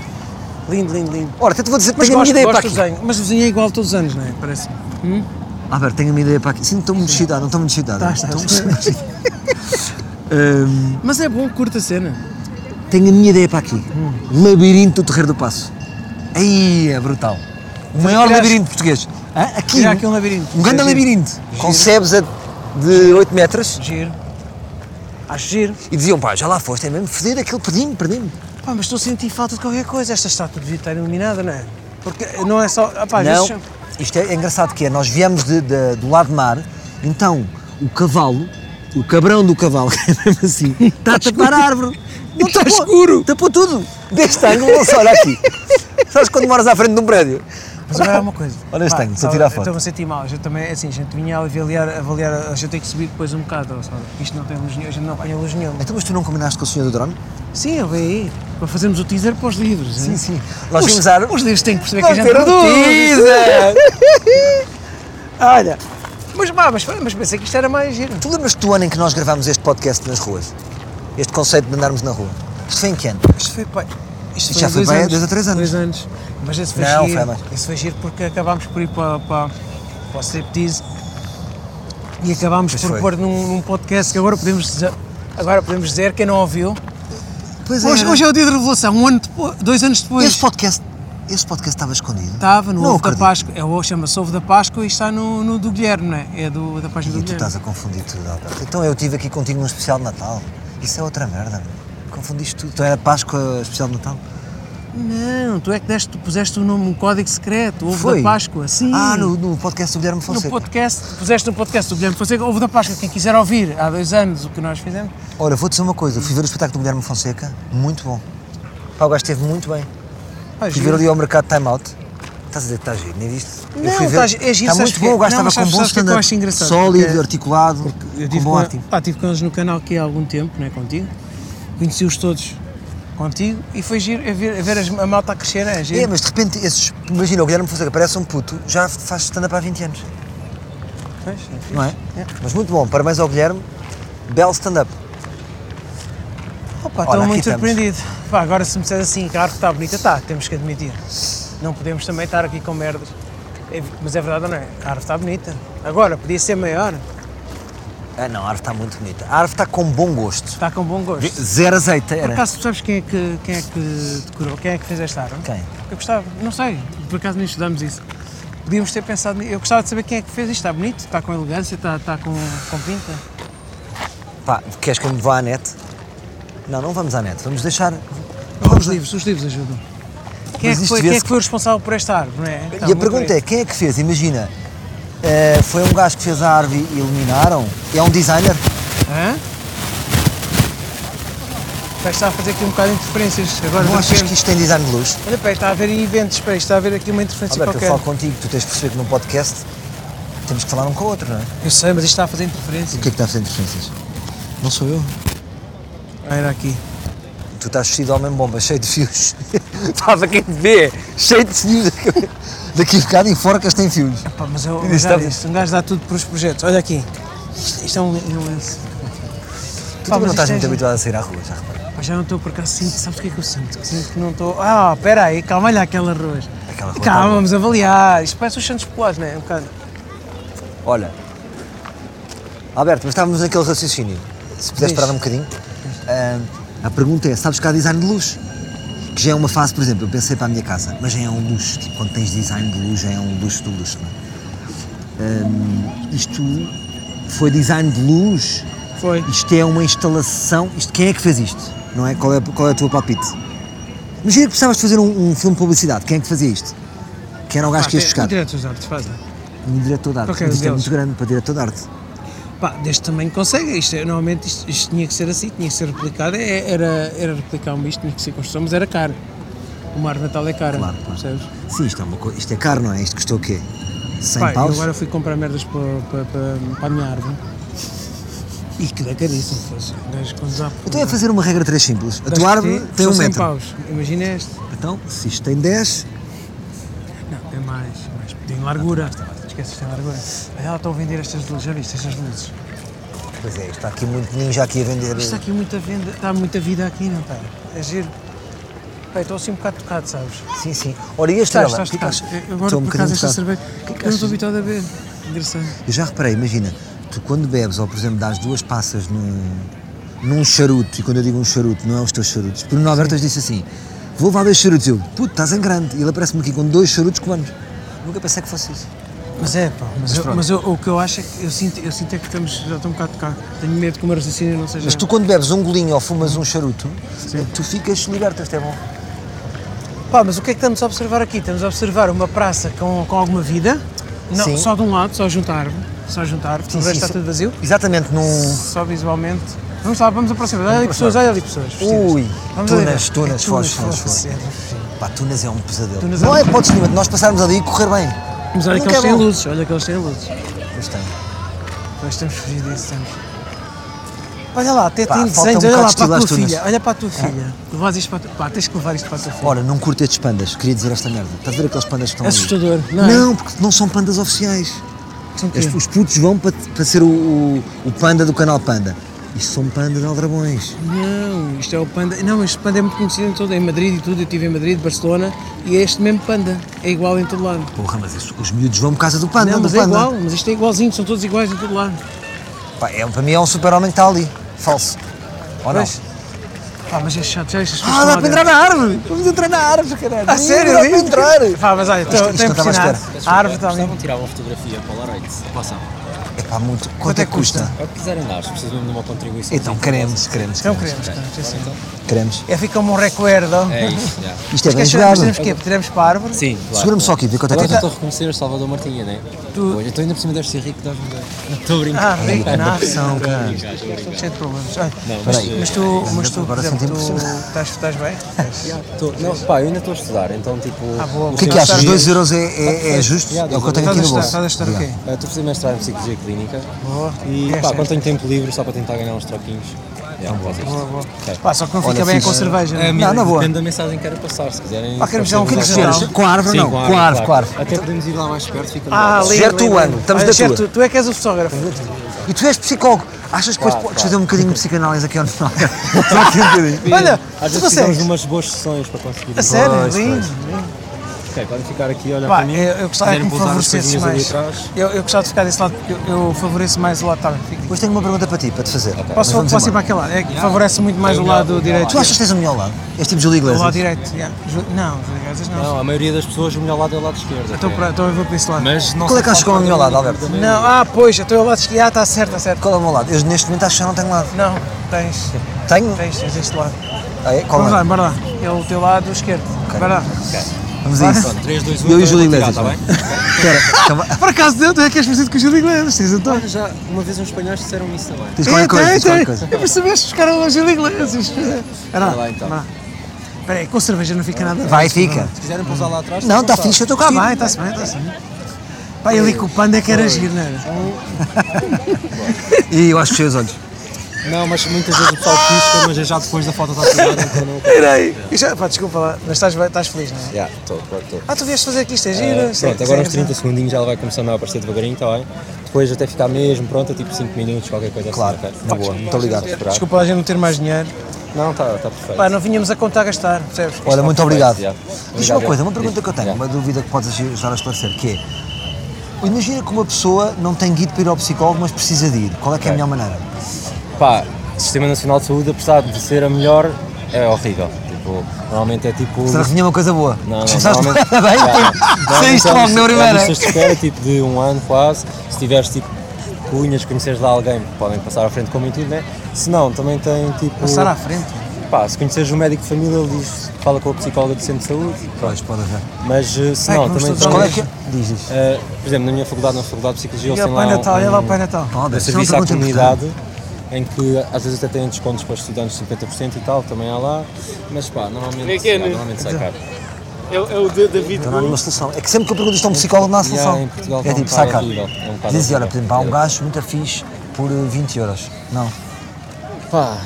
Lindo, lindo, lindo. Ora, até te vou dizer, Mas tenho uma gosto, ideia para gosto do aqui. desenho. Mas o desenho é igual todos os anos, não é? Parece. Hum? Alberto, tenho uma ideia para aqui. Sinto estou-me descidado, não assim. estou-me descidado. Tá, estás. Mas é bom, curta a cena. Tenho a minha ideia para aqui. Hum. Labirinto do Terreiro do Passo. Aí é brutal. O maior criaste- labirinto português. Hã? é? Aqui. Criar aqui um labirinto. Um grande Giro. labirinto. Com sebes a- de 8 metros. Giro. Acho giro. E diziam, pá, já lá foste, é mesmo fedido aquilo, perdi-me, perdi-me. Pá, mas estou a sentir falta de qualquer coisa. Esta estátua devia estar iluminada, não é? Porque não é só. Ah, pá, às Não, vezes- isto é, é engraçado que é, nós viemos de- de- do lado de mar, então o cavalo, o cabrão do cavalo, que é mesmo assim, está a tapar a árvore. Não está tapou, escuro. Tapou tudo. Deste ângulo, não se olha aqui. Sabes quando moras à frente de um prédio? Mas agora há uma coisa. Olha este Pá, tango, só sabe, tirar a foto. Estou-me a sentir mal. A gente também, é assim, a gente vinha avaliar, avaliar. A gente tem que subir depois um bocado. ó, sabe? Isto não tem luz nenhuma, a gente não apanha luz nenhuma. Então, mas tu não combinaste com o senhor do drone? Sim, eu veio aí. Para fazermos o teaser para os livros. Sim, é sim. Nós vimos a árvore- Os livros têm que perceber que a gente produz. um teaser! Olha. Mas, pá, mas, mas pensei que isto era mais giro. Tu lembras-te do ano em que nós gravámos este podcast nas ruas? Este conceito de andarmos na rua? Isto foi em que ano? Isto foi, pá, isto já há foi bem há dois ou três anos. Dois anos. Mas esse foi Não, giro. foi mais. Esse foi giro porque acabámos por ir para, para, para o striptease e acabámos por foi. pôr num, num podcast que agora podemos dizer, agora podemos dizer quem não ouviu. Pois Hoje, hoje é o dia da revelação, um ano depois, dois anos depois. Este podcast, este podcast estava escondido? Estava no Não Ovo da acredito. Páscoa, é o chama-se Ovo da Páscoa e está no, no do Guilherme, não é? É do, da página E do tu Guilherme. estás a confundir tudo, Alberto. Então eu estive aqui contigo num especial de Natal. Isso é outra merda, meu. Confundiste tudo. Então era Páscoa especial de Natal? Não, tu é que deste, tu puseste o nome, um código secreto, Ovo Foi? da Páscoa, sim. Ah, no, no podcast do Guilherme No Fonseca. podcast, puseste no podcast do Guilherme Fonseca, houve da Páscoa, quem quiser ouvir há dois anos o que nós fizemos. Ora, vou dizer uma coisa. Fui ver o espetáculo do Guilherme Fonseca. Muito bom. Pá, o gajo esteve muito bem. Ah, Fui ver ali ao mercado Time Out. Estás a dizer que está giro, nem viste? Eu Não, fui ver- está gi- é giro, Está sabes muito bom, o porquê? gajo Não, estava com um mas sabes- bom sabes o que é que eu acho standard. engraçado? Sólido, Porque articulado, com bom arte. pá, tive com eles no canal aqui há algum tempo, né, contigo. Conheci-os todos contigo e foi giro a ver, a, ver as- a malta a crescer, é giro. É, mas de repente, esses, imagina, o Guilherme Fonseca parece um puto, já faz stand-up há 20 anos. Pois, é fixe. Não é? É. Mas muito bom, parabéns ao Guilherme. Belo stand-up. Olha, Opa, estou aqui muito estamos. surpreendido. Pá, agora se me disser assim, que a arte está bonita, está, temos que admitir. Não podemos também estar aqui com merdas. É- Mas é verdade ou não é? A árvore está bonita. Agora, podia ser maior, Ah não, a árvore está muito bonita. A árvore está com bom gosto. está com bom gosto. Zero azeite, Por era. acaso tu sabes quem é que, quem é que decorou? Quem é que fez esta árvore? Quem? Eu gostava, não sei, por acaso nem estudamos isso. Podíamos ter pensado nisso. Eu gostava de saber quem é que fez isto. Está bonito, está com elegância, está, está com, com pinta. Pá, queres que eu me vá à net? Não, não vamos à net, vamos deixar. Os livros, os livros ajudam. Quem é, Mas que isto foi, quem é vê-se que foi o responsável por esta árvore? Não é? e a pergunta é, quem é que fez? Imagina, eh, foi um gajo que fez a árvore e iluminaram? É um designer? Hã? Vai estar a fazer aqui um bocado de interferências agora. Não de achas que repente. isto tem design de luz? Olha, peraí, está a haver aí eventos, peraí, está a haver aqui uma interferência Alberto, eu qualquer. falo contigo, tu tens de perceber que num podcast temos que falar um com o outro, não é? Eu sei, mas isto está a fazer O interferência. que é que está a fazer interferências? Não sou eu. Ah, era aqui. Tu estás vestido de homem bomba, cheio de fios. Estás a quem te vê, cheio de fios. daqui a bocado enforcas tem filhos. Pá, mas eu, Diz, eu já está- disse, um gajo dá tudo para os projetos. Olha aqui, isto, isto é um. um- um- Tu Pá, também mas não estás isto é- muito habituado a sair à rua, já reparei. Pá, já não estou por acaso, sinto, sabes o que é que eu sinto? Sinto que não estou. Ah, espera aí, calma, olha aquela rua. Aquela rua está calma, boa. vamos avaliar. Isto parece os Santos Populares, não é? Um bocado. Olha, Alberto, mas estávamos naquele raciocínio. se puderes Diz. parar um bocadinho, ah, a pergunta é, sabes que há design de luz? Que já é uma fase, por exemplo, eu pensei para a minha casa, mas já é um luxo, tipo, quando tens design de luz, já é um luxo do luxo, não é? Ah, isto foi design de luz, Foi. isto é uma instalação, isto, quem é que fez isto? Não é? Qual é, qual é a tua palpite? Imagina que precisavas de fazer um, um filme de publicidade, quem é que fazia isto? Quem era o gajo que ias buscar? O diretor de artes é? fazem. Um diretor de arte, Ok, mas isto é deles. muito grande para diretor de arte. Pá, deste tamanho consegue. Isto, é- normalmente isto, isto tinha que ser assim, tinha que ser replicado. É- Era, era replicar um bicho, tinha que ser construção, mas era caro. Uma árvore de natal é cara. Claro, claro. Percebes? Sim, isto é, uma co... isto é caro, não é? Isto custou o quê? 100 Pá, eu paus? agora fui comprar merdas para, para, para, para a minha árvore. E que é caríssimo fosse. Um gajo quando dá- Então é fazer uma regra 3 simples. A Dás tua por árvore ti, tem são um 100 metro. paus. Imagina este. Então, se isto tem 10, Não, tem mais. mais tem largura. Esqueces, tem largura. Olha, lá, estão a vender estas luzes. Já viste estas luzes? pois é, isto está aqui muito ninja aqui a vender. Isto está aqui muita venda. Está muita vida aqui, não está? É giro. Pá, eu estou assim um bocado tocado, sabes? Sim, sim. Ora, e este Estás, olha lá, estás que que tocado. achas? Eu Estou Agora, um por bocadinho acaso, esta tocado. cerveja. que Eu não estou habituado a ver. Engraçado. Eu já reparei, imagina, tu quando bebes ou, por exemplo, dás duas passas num, num charuto, e quando eu digo um charuto, não é os teus charutos. Porque no Alberto hoje disse assim: vou levar dois charutos. Eu, puto, estás em grande. E ele aparece-me aqui com dois charutos cubanos. Nunca pensei que fosse isso. Mas é, pá, mas, eu- pronto. mas eu- o que eu acho é que eu sinto, eu sinto é que estamos, já estou um bocado tocado. Tenho medo que o meu raciocínio não seja. Mas tu quando bebes um golinho ou fumas um charuto, tu ficas liberto, isto é bom. Pá, mas o que é que estamos a observar aqui? Estamos a observar uma praça com, com alguma vida, não, Sim. só de um lado, só junto à árvore, só junto à árvore, Sim, o resto sim, está sim. tudo vazio, Exatamente, num. só visualmente. Vamos lá, vamos aproximar, olha ali pessoas, olha ali pessoas. vestidas. Ui, Vamos ali ver. tunas, tunas, foge, foge, foge. É foge. Pá, Tunas é um pesadelo. Tunas é não um é pesadelo. hipótese nenhuma de nós passarmos ali e correr bem. Mas olha que Nunca eles é têm bom. luzes, olha que eles têm luzes. Pois tem. Nós temos fugido disso sempre. Olha lá, até Pá, tem falta um desenhos, bocado olha lá de para a estilo tua às tunas. É. filha, olha para a tua filha. Levas isto para a tua... Pá, tens que levar isto para a tua filha. Ora, não curto estes pandas, queria dizer esta merda. Estás a ver aqueles pandas que estão É assustador, ali? não é? Não, porque não são pandas oficiais. São quê? Estes- os putos vão para, para ser o, o- o panda do canal Panda. Isto são pandas aldrabões. Não, isto é o panda. Não, este panda é muito conhecido em todo, em Madrid e tudo. Eu estive em Madrid, Barcelona e é este mesmo panda. É igual em todo lado. Porra, mas estes- os miúdos vão por causa do panda, não, do mas é panda. igual, mas isto é igualzinho, são todos iguais em todo lado. Pá, é, para mim é um super-homem que está ali. Falso. Ou não? Pois. Pá, mas é chato, já estas pessoas Ah, dá estão lá para dentro. entrar na árvore! Vamos entrar na árvore, caralho! Ah, sério? Dá para Diz? entrar! Pá, mas olha, estou isto estou não estava à impressionado. A árvore está ali. Gostavam de tirar uma fotografia Polaroid? Passam. É pá, muito. Quanto, é que custa? É o que quiserem dar, se precisam de uma contribuição. Então, queremos, queremos, Então queremos. queremos, queremos, sim, sim. queremos. É fica como um recuerdo. É isso, Isto é já. bem Mas queres saber, jogado. mas temos que Tiramos para a árvore? Sim, claro. Segura-me só aqui, vê quanto é que Agora está. estou a reconhecer Salvador Martinha, não é? Tu- Olha, então ainda por cima deves ser rico, dás-me bem. Não Estou a Ah, brincar. bem, nada. pressão, cara. Cheio de problemas. Olha, Não, mas, mas- mas tu, mas tu, por Agora exemplo, tu senti-me estás, estás bem? Tô- não, pá, eu ainda estou a estudar, então tipo. Ah, boa, boa. O que é que achas? 2 euros é, é, é justo? É o que eu tenho aqui no Estás bolso. a estar o quê? Eh, Estou a fazer mestrado em Psicologia Clínica. Boa. E É, pá, certo. quando tenho tempo livre, só para tentar ganhar uns troquinhos. É, faz isto. Boa, boa. Ok. Pá, só que não fica Olha, bem fixe. com a cerveja. É, não é? Não, na boa. Depende da mensagem que quero passar, se quiserem. Pá, queremos já um pode ser que usado. queres? Com a árvore, Sim, não. Com a árvore, com a árvore. Até podemos ir lá mais perto, fica Ah, melhor. ali, Gert ali, o ali. ano, estamos Olha, da Gert, tua. tu- Tu é que és o fotógrafo. E tu és psicólogo. Achas que depois Claro, podes claro. fazer um bocadinho de psicanálise aqui ao nosso lado? Só aqui um bocadinho. Olha, Às tu vezes fizemos consegues. umas boas sessões para conseguir. um A sério, Pois, lindo. Ok, podem ficar aqui, olha Pá, para mim. eu, eu gostava Se que me quiserem pousar as favorecesses mais. coisinhas ali atrás. Eu, eu gostava de ficar desse lado, porque eu, eu favoreço mais o lado tá bem, fica- Depois tenho uma pergunta para ti, para te fazer. Mas Posso, vamos posso ir para embora. aquele lado? É que favorece muito mais o lado direito. Tu achas que tens o é melhor lado? És tipo Júlio O lado Iglesias? direito, yeah. Ju- Não, Júlio Iglesias não. Não, a maioria das pessoas, o melhor lado é o lado esquerdo. Então, até. pronto, então eu vou para esse lado. Mas não Qual é sei que achas que é o falta meu lado, da- Alberto? da maioria. Não, ah, pois, então eu lado esquerdo. Ah, está certo, está certo. Qual é o meu lado? Eu neste momento acho que já não tenho lado. Não, tens, Tenho? tens, tens este lado. Ah, é? Qual Vamos lá, é? bora lá. É o teu lado esquerdo. Bora lá. Vamos a isso. Pronto, um, 3, 2, 1. Eu e o Júlio Iglesias. Está tá bem? Espera, então vai- Por acaso deu, tu é que és parecido com o Júlio Iglesias, tens então. Ah, Já uma vez uns espanhóis disseram isso também. tens qualquer coisa, tens qualquer coisa. Eu percebeste que buscaram o Júlio Iglesias. Era Vai lá, então. vá. Espera aí, com cerveja não fica nada. Vai, fica. Se quiserem pousar lá atrás, Não, está pousar. fixe, eu estou Está com bem, está-se bem, está-se bem. Pá, é ali com o panda que era giro, não era? E eu acho que fechei os olhos. Não, mas muitas vezes o pessoal pisca, mas é já depois da foto estar tirada, então não. Irei! E já, pá, desculpa lá, mas estás, bem- estás feliz, não é? Já, estou, claro que estou. Ah, tu vieste fazer aqui isto, é giro? Ah, isto é- Pronto, isto é agora uns 30 engraçado. segundinhos já ela vai começando a aparecer devagarinho, está bem? Depois até ficar mesmo pronta, tipo 5 minutos, qualquer coisa Claro, assim. Tá ok? na boa, muito obrigado. Desculpa lá, a gente não ter mais dinheiro. Não, está tá perfeito. Pá, não vínhamos a contar gastar, percebes? Olha, muito obrigado. já. Diz Obrigado, uma coisa, uma já. pergunta que eu tenho, Já. uma dúvida que podes ajudar a esclarecer, que é, imagina que uma pessoa não tem guido para ir ao psicólogo, mas precisa de ir. Qual é que é a melhor maneira? Pá, o Sistema Nacional de Saúde, apesar de ser a melhor, é horrível. Tipo, normalmente é tipo. Será que vinha uma coisa boa? Não, não, Começaste normalmente- bem, Já, pô, normalmente saíste há logo listas- na há primeira. listas de espera, tipo de um ano quase. Se tiveres tipo cunhas, conheceres lá alguém, podem passar à frente como em tudo, né? Se não, também tem tipo. é Passar à frente. Pá, se conheceres um médico de família, ele diz, fala com a psicóloga do centro de saúde. Pois, pode haver. Mas eh, se Ai, não, que vamos também todos tem. Qual é que é? Diz, diz. eh, por exemplo, na minha faculdade, na faculdade de psicologia, E eles ao têm lá. Pai Natal, um- olha lá o Pai Natal. Olha, isso é um uma serviço à pergunta comunidade em que às vezes até têm descontos para os estudantes de 50% e tal, também há lá, mas pá, normalmente, É que é, já, né? normalmente sai caro. É, o- é o de David Então não há nenhuma Gomes. solução. É que sempre que eu pergunto isto a um psicólogo, não há Yeah, solução. em Portugal é está um tipo, bocado saca. horrível, é um bocado Dizem, olha, horrível. por exemplo, há um gajo muito fixe por eh, 20 euros. Não. Pá,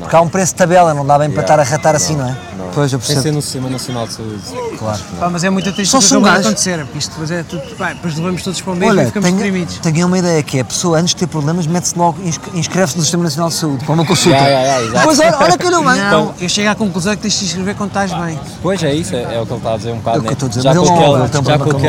Porque há um preço de tabela, não dá bem para estar a ratar assim, não é? Pois, eu sem ser percebo. no Sistema Nacional de Saúde. Claro. Pá, mas é muita triste Só que se um vai gajo- acontecer, porque isto depois é tudo. Pá, depois levamos todos para o mesmo e Olha, é ficamos tenho, deprimidos. tenho uma ideia que é, a pessoa antes de ter problemas mete-se logo, inscre- inscreve-se no Sistema Nacional de Saúde para uma consulta. Yeah, yeah, yeah, exato. pois olha, olha que eu não venho. Então- Não, eu chego à conclusão que tens de te inscrever quando estás bem. Pois é isso, é, é o que ele está a dizer um bocado, É o que eu né? estou a dizer, já mas com ele não- aquela, ele tem um já com problema com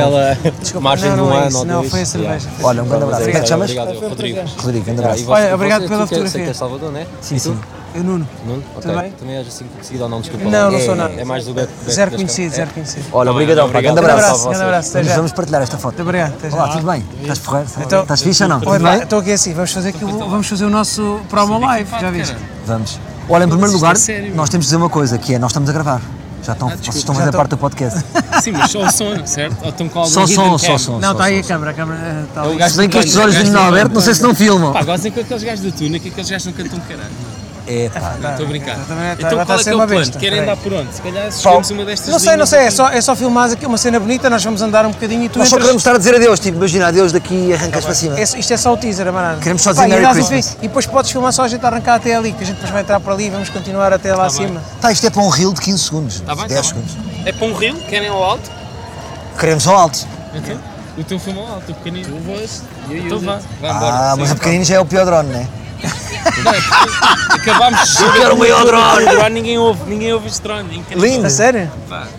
aquela margem não, de um não é ano isso, ou não, dois. foi a cerveja. Olha, um grande Mas é abraço. Como é que te isso, chamas? Obrigado, Rodrigo. Rodrigo, grande abraço. E Olha, obrigado tu pela que é- sei fotografia. que é Salvador, né? Sim, sim. Eu, Nuno. Nuno? Ok. Tudo bem? Também és assim seguido ou não, desculpa. Não, não É- sou nada. É mais do Beto. Beto Zero das conhecido, É. Câmaras. zero conhecido. Olha, obrigadão, pá, grande Grande abraço. abraço, grande abraço. Até Vamos, já. vamos partilhar esta foto. Muito obrigado, até já. Olá, tudo bem? Estás porreiro? Então- Estás fixe ou não? Olha lá, Estou aqui assim, vamos fazer, aqui, o- vamos fazer o nosso promo live, já viste? Vamos. Olha, em primeiro lugar, nós temos de dizer uma coisa, que é, nós estamos a gravar. Já estão, Ah, vocês estão a fazer já parte do podcast. Sim, mas só o som, certo? Ou estão com algum Só hidden som, cam? só som. Não, só está aí a som. câmera, a câmera eh, está ali. Se bem que estes olhos do Nuno Alberto, não sei se não filmam. Pá, gozem com aqueles gajos da tuna, que aqueles gajos não cantam um caralho. É, pá. Não, estou a brincar. Também é, tá- Então agora está a qual ser é que é o uma plano? besta. Querem Peraí. andar por onde? Se calhar escolhemos uma destas Não sei, não linhas sei, é aqui. só, é só filmar aqui uma cena bonita, nós vamos andar um bocadinho e tu Nós só entras- queremos estar a dizer adeus, tipo, imagina, adeus daqui e arrancas para cima. É- isto é só o teaser, Amarano. Queremos só dizer e Merry dás o Christmas. fim. E depois podes filmar só a gente a arrancar até ali, que a gente depois vai entrar para ali e vamos continuar até lá acima. Tá, isto é para um reel de 15 segundos, Tá bem, 10 tá bem. segundos. É para um rio? Querem ao alto? Queremos ao alto. Então, o teu filme ao alto, o pequenino. Tu vais. Então vá. Vá embora. Ah, mas o pequenino já é o pior drone, não é? Acabámos de Eu quero o maior drone! Agora ninguém ouve, ninguém ouve este drone. Incrível. Lindo! A sério?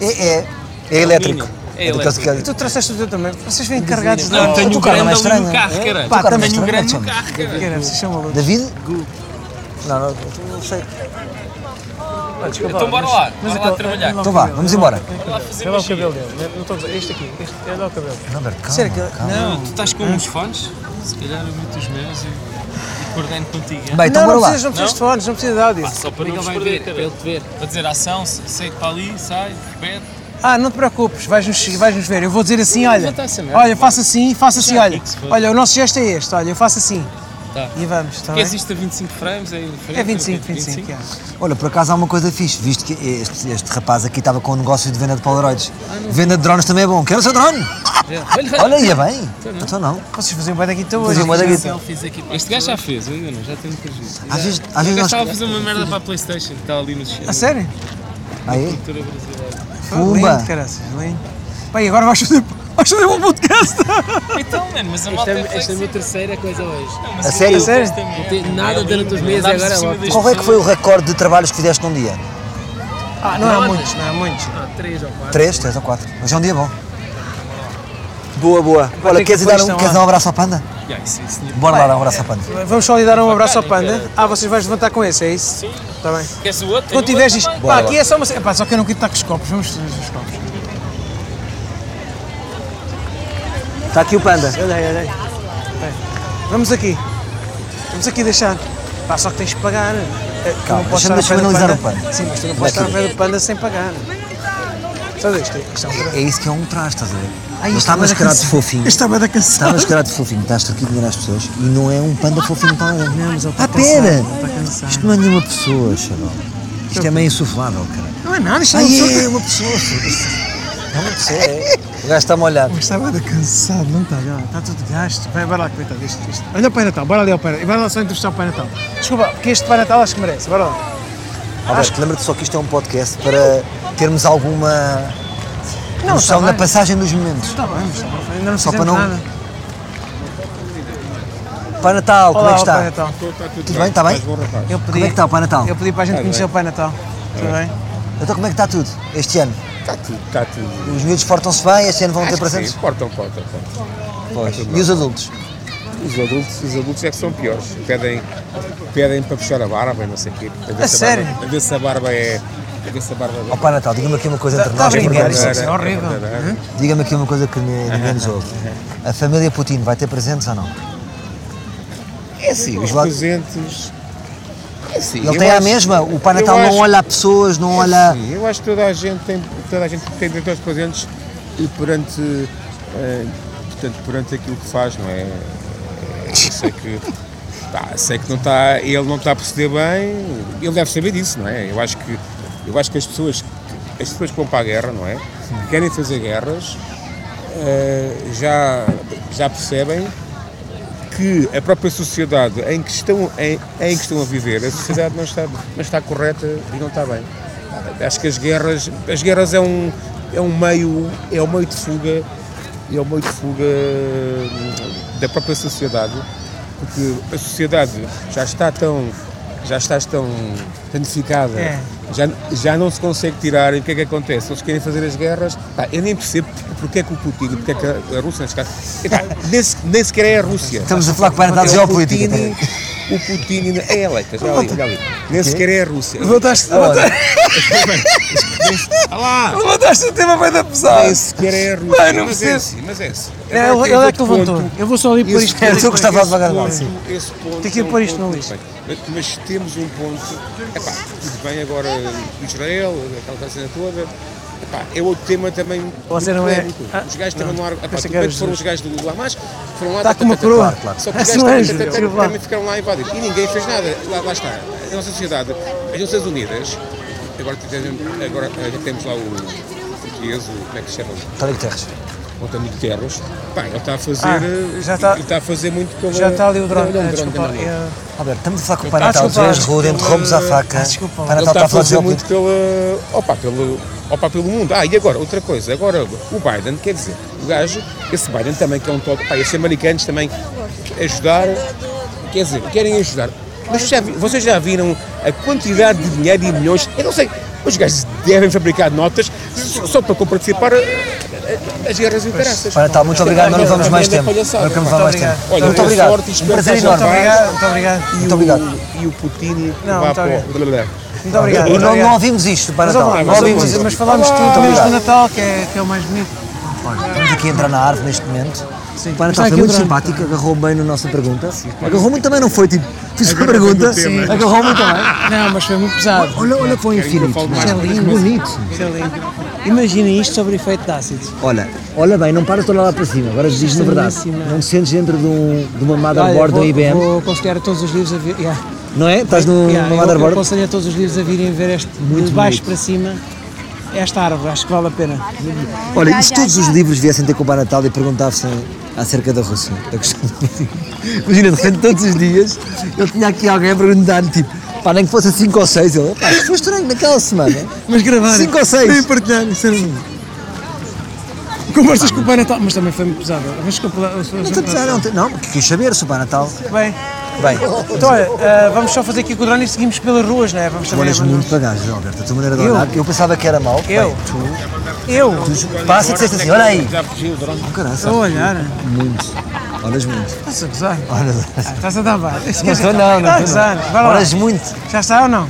É, é, é elétrico. É do que elétrico. eles E querem. tu trouxeste o teu também? Vocês vêm carregados de Não, tu tenho um cara, grande não é ali estranho, no carro, é? caralho. Pá, também Tenho um estranho, grande no chama. carro, caralho. Caralho, vocês são malucos. David? Não, não, não sei. Então bora lá, bora lá trabalhar. Então vá, vamos embora. Bora lá um fazer Olha lá o magia. cabelo dele, não estou a dizer, este aqui, este, olha lá o cabelo. Não, Alberto, calma, Sério que- calma. Não, um. tu estás com uns fones? Se calhar eu meto os meus e, e coordeno contigo. é? Bem, então não, bora não lá. precisas, não precisas de fones, não precisas de Pá, áudio. Ah, só para não vos perder, para ele te ver. Para dizer ação, se- sei que para ali, sai, repete. Ah, não te preocupes, vais-nos vais-nos ver. Eu vou dizer assim, olha. inventar essa merda, Olha, faço assim, faço assim, Já olha. aqui que se foda. Olha, o nosso gesto é este, olha, eu faço assim. é Tá. E vamos, está Que bem? existe a 25 frames, é indiferente. É 25, 25, 25? é. Olha, por acaso há uma coisa fixe, visto que este, este rapaz aqui estava com um negócio de venda de Polaroids. Venda de drones também é bom. Quero o seu drone! Olha, ia bem. Então não. Vocês faziam bem daqui então hoje. Fazer uma da guita. Selfies aqui para Este gajo já fez, eu ainda não, já tenho prejuízo. Às vezes, às Eu vezes nós. estava a fazer uma merda para a Playstation, que está ali no chão. A sério? Aí, Cultura brasileira. Pumba. Lindo, caraças, lindo. Pá, e agora vais fazer, vais fazer um podcast? Então, mano, mas a malta é flexível. terceira coisa hoje. Não, A mas sério? eu- A sério? Não tem nada durante os meses, agora é logo. qual é que foi o recorde de trabalhos que fizeste num dia? Ah, não há muitos, não há muitos. Três ou quatro. Três, três ou quatro. Hoje é um dia bom. Boa, boa. ter Olha, é que queres dar, depois um, não queres há. dar um abraço à panda? Bora lá dar um abraço à panda. Vamos só lhe dar um abraço ao panda. Ah, vocês vais levantar com esse, é isso? Sim. Está bem. Queres o Quando outro? Tem o outro tiveres isto, também. pá, aqui é só uma. ce- Pá, só que eu não quero estar com os copos, vamos fazer os copos. Está Tá aqui o panda. Olha aí, olha aí. Bem, Vamos aqui. Vamos aqui deixar. Pá, só que tens de pagar. É, que Calma, não posso deixa-me- estar deixa-me ao pé do analisar o panda. Sim, mas tu não podes estar ao Daqui. pé do panda sem pagar. Sabe isto? Isto é um É isso que é um traje, estás a ver? Ah, Ele isto está agora mascarado cansa- de fofinho. Isto estava da Está canção. mascarado de fofinho, está a extorquir às pessoas e não é um panda fofinho para nada. Não, mas ele está Ah, pera! cansado, ele está tá cansado. Isto não é nenhuma pessoa, chaval. Isto é meio insuflável, cara. Não é nada, isto é Ah, um é, absurdo. é uma pessoa. É uma pessoa, é. O gajo está-me a olhar. Mas está bem cansado, não está? Já, está tudo gasto. Vai, vai lá, coitado. Este, este. Olha o Pai Natal, bora ali ao Pai Natal. Vai lá só entrevistar o Pai Natal. Desculpa, porque este Pai Natal acho que merece. Bora lá. Alberto, lembra-te só que isto é um podcast para termos alguma noção está da tá bem. passagem dos momentos. Está bem, está bem. Ainda não Só para fizemos não- é nada. Pai Natal, como é Olá, que ao Pai está? Natal. Tudo bem, está bem? Eu pedi, Como é que está o Pai Natal? Eu pedi para a gente conhecer o Pai Natal. Tudo bem? Então como é que está tudo este ano? Está Tá tudo, está tudo. Os miúdos portam-se bem, este ano vão ter presentes? Sim, portam, portam, portam. Pois. E os adultos? Os adultos, os adultos é que são piores. Pedem, pedem para puxar a barba e não sei o quê. A, ver A se a barba- sério? a ver se a barba é... A ver se a barba Ó Pai Natal, Oh, diga-me aqui uma coisa entre Está a nós que ninguém brincar, nos isso ouve. é horrível. verdadeira. Diga-me aqui uma coisa que ni- ninguém nos ouve. A família Putin vai ter presentes ou não? É assim, os Os lados- presentes... É assim, Ele eu tem a acho- mesma? O Pai eu Natal não acho- olha a pessoas, não olha... Sim, eu acho que toda a gente tem, toda a gente tem direito aos presentes e perante, eh, portanto, perante aquilo que faz, não é? Eu sei que, pá, sei que não está, ele não está a proceder bem, ele deve saber disso, não é? Eu acho que, eu acho que as pessoas, as pessoas que vão para a guerra, não é? Que querem fazer guerras, eh, já, já percebem que a própria sociedade em que estão, em, em que estão a viver, a sociedade não está, não está correta e não está bem. Acho que as guerras, as guerras é um, é um meio, é um meio de fuga, é um meio de fuga hum, da própria sociedade, porque a sociedade já está tão, já está tão danificada, É. já, já não se consegue tirar, e o que é que acontece? Eles querem fazer as guerras, pá, eu nem percebo porque é que o Putin, porque é que a a Rússia, neste caso, epá, nem, se- nem sequer é a Rússia. Estamos a falar que o Pai Natal é É o geopolítica. Putin, tá peraí. o Putin ainda- é eleita, já ali, já ali. Nem sequer é a Rússia. Levantaste, Ah lá! levantaste o tema bem da pesada. Nem sequer é a Rússia. Vai, não mas é percebo. assim, mas é assim. É, Agora ele tem ele é que outro levantou. ponto. Eu vou só ali pôr Esse isto. ponto- eu que estava esse devagar, ponto- sim. Esse ponto Tem que ir é um pôr isto na ponto lista. muito bem. Mas, mas temos um ponto. Epá, tudo bem agora Israel, aquela cena toda. Epá, é outro tema também. Você muito não é- polémico. Ah, Os gajos não. também não há. Pensei Epá, que tudo era bem que foram Jesus. os gajos do Hamas, foram lá. Está com uma coroa. Claro, claro. Só que os Parece um gajos anjo, tam- tam- Deus, lá. tam- também ficaram lá invadidos. E ninguém fez nada. Lá, lá está. A nossa sociedade, as Nações Unidas, agora, tivemos- agora, agora temos lá o português, o, como é que se chama? António Guterres. António Guterres, pá, ele está a fazer, Ah, eh, já está- ele está a fazer muito um pela... Já está ali o drone. pela- Ah, pela- Desculpa. pela- ele é- Alberto, estamos a falar que o Pai Ah, Natal, tu desculpa, és rude, interrompes à faca. Ah, desculpa. O Pai Natal está está tá a a falar de fazer geopolítica. muito pela, opa, pelo, opa, pelo mundo. Ah, e agora, outra coisa, agora o Biden, quer dizer, o gajo, esse Biden também que é um top, pá, esses americanos também ajudar, quer dizer, querem ajudar. Mas já vi- vocês já viram a quantidade de dinheiro e milhões, eu não sei, os gajos devem fabricar notas só, só para compartilhar eh, as guerras e interesses. Pai Natal, tá, muito obrigado, nós não vamos mais tempo. Não queremos levar mais Muito tempo. Olha, Muito boa obrigado. sorte e Um espero prazer que seja Muito enorme. obrigado, muito obrigado. Muito obrigado. E o Putin Não, vá muito para obrigado. o... blá, blá, blá. Muito obrigado. Não, obrigado. não ouvimos isto, Pai Mas, Natal. ó, Não mas, ouvimos mas, isto. mas falámos Muito tudo menos do obrigado. Natal, que é, que é o mais bonito. Olha, estamos aqui a entrar na árvore neste momento. O Pai Está Natal foi é aqui o muito drone. simpático, agarrou bem na nossa pergunta. Agarrou muito também, não foi? Tipo, fiz uma pergunta, tema. É agarrou muito bem. Não, mas foi muito pesado. Olha, olha para o eu infinito. falo mais Mas é depois, lindo, bonito. Isso é lindo. Imaginem isto sobre efeito de ácido. Olha, olha bem, não paras de olhar lá para cima. Agora diz-me a verdade. Lindíssimo. Não te sentes dentro de, um, de uma Olha, motherboard da vou, IBM, Vou aconselhar a todos os livros a vir. Yeah. não é? Estás num- Yeah, numa eu- eu motherboard? aconselho a todos os livros a virem ver este de baixo para cima. Esta árvore, acho que vale a pena. Olha, e se todos os livros viessem ter com o Pai Natal e perguntassem acerca da Rússia? Eu gostava muito. Imagina, de repente, todos os dias, eu tinha aqui alguém a perguntar-lhe, tipo, pá, nem que fosse 5 ou 6. Ele, pá, isto foi estranho naquela semana. Mas gravar. 5 ou 6. partilhar, isso era um- Conversas com o Pai Natal, então, mas também foi muito pesado. Mas desculpa, eu sou- Não, sou- um estou a precisar, Então, não, não, quis saber se o Pai Natal. Bem, Bem, então olha, ah, vamos só fazer aqui com o drone e seguimos pelas ruas, não é? Vamos tu também. olhas muito para gajos, Alberto. A tua maneira de Eu? olhar, eu pensava que era mau. Eu? Bem, tu, Eu? passa e disseste assim, olha aí. Já fugiu o drone. Oh, caralho, Estou a olhar. muito. Olhas muito. Estás a gozar? Olhas. Ah, Estás a dar barra. Não estou, não, não. estou, Estás a gozar. Vai não. lá. Olhas muito. Já está ou não?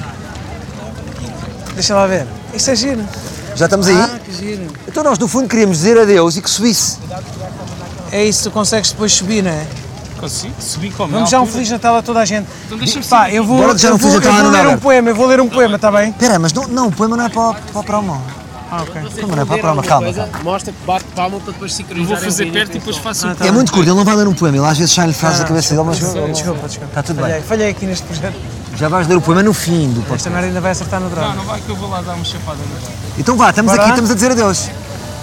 Deixa lá ver. Isto é giro. Já estamos aí. Ah, que giro. Então nós, no fundo, queríamos dizer adeus e que subisse. É isso, tu consegues depois subir, não é? Consigo? Subi com Vamos já um Feliz Natal a toda a gente. Então deixa-me Pá, subir. eu vou, Bora desejar um eu vou, Feliz eu Natal vou a ler um Norberto. poema, eu vou ler um poema, está bem? Espera, mas não, não, o poema não é para, para, para a mão. Ah, ok. O poema não é para a palma, calma. calma. Mostra que bate palma para depois sincronizar. Vou fazer perto e depois faço É muito curto, ele não vai ler um poema, ele às vezes sai-lhe frases da cabeça dele, mas Desculpa, desculpa. Está tudo bem. falhei, falhei aqui neste projeto. já vais ler o poema no fim do podcast. Esta merda ainda vai acertar no drone. Não, não vai que eu vou lá dar uma chapada. não é? Então vá, estamos Bora aqui, lá? estamos a dizer adeus.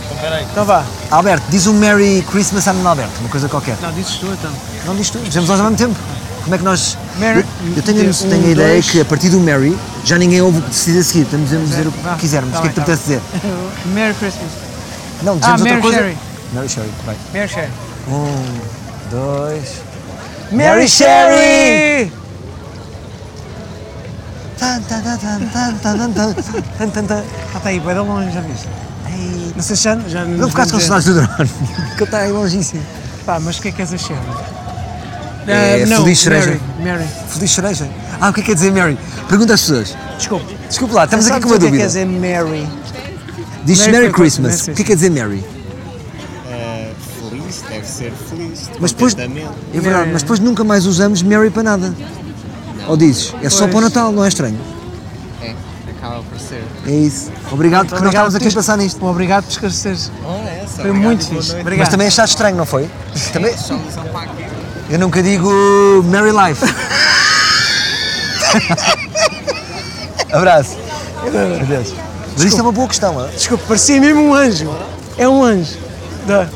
Então, peraí. Então vá. Alberto, diz um Merry Christmas a Nuno Alberto, uma coisa qualquer. Não, dizes tu então. Não diz tu, dizemos nós ao mesmo tempo. Como é que nós. Merry- eu eu tenho, a- um, tenho a ideia dois. que a partir do Merry já ninguém ouve o que decide a seguir. Podemos dizer, dizer o Vá, que quisermos. tá o que é que te bem, apetece dizer? Merry Christmas. Não, dizemos Ah, outra Merry coisa. Sherry. Merry Sherry, vai. Merry Sherry. Um, dois. Merry Sherry! Tan, tan, tan, tan, tan, tan, tan, tan, tan, tan. Ah, está aí, vai de longe, já viste? Ei, Não sei se já... já Não ficaste com os sinais do drone, que eu estava aí longíssimo. Pá, mas o que é que és a Sherry? É, Ah, não, feliz cereja. Merry, Merry. Feliz cereja. Ah, o que é que quer dizer Merry? Pergunta às pessoas. Desculpe. Desculpe lá, estamos aqui Sabes com uma o que é que dúvida. quer dizer Merry? Diz Merry Merry Christmas, Christmas. sim, O que é que quer dizer Merry? Eh, Feliz, deve ser feliz. Mas depois, contentamente. é verdade, mas depois nunca mais usamos Merry para nada. Ou dizes, é só para o Natal, não é estranho? É, acaba por ser. É isso. Obrigado, porque nós Obrigado estávamos por aqui a teres- pensar nisto. Obrigado por esclareceres. Ora, é essa. Foi muito fixe. Mas Obrigado. também achaste estranho, não foi? Também, Só usam para aqui. eu nunca digo Merry Life. Abraço. Adeus. Mas isto é uma boa questão. ah. Desculpe, parecia mesmo um anjo. É um anjo. Da...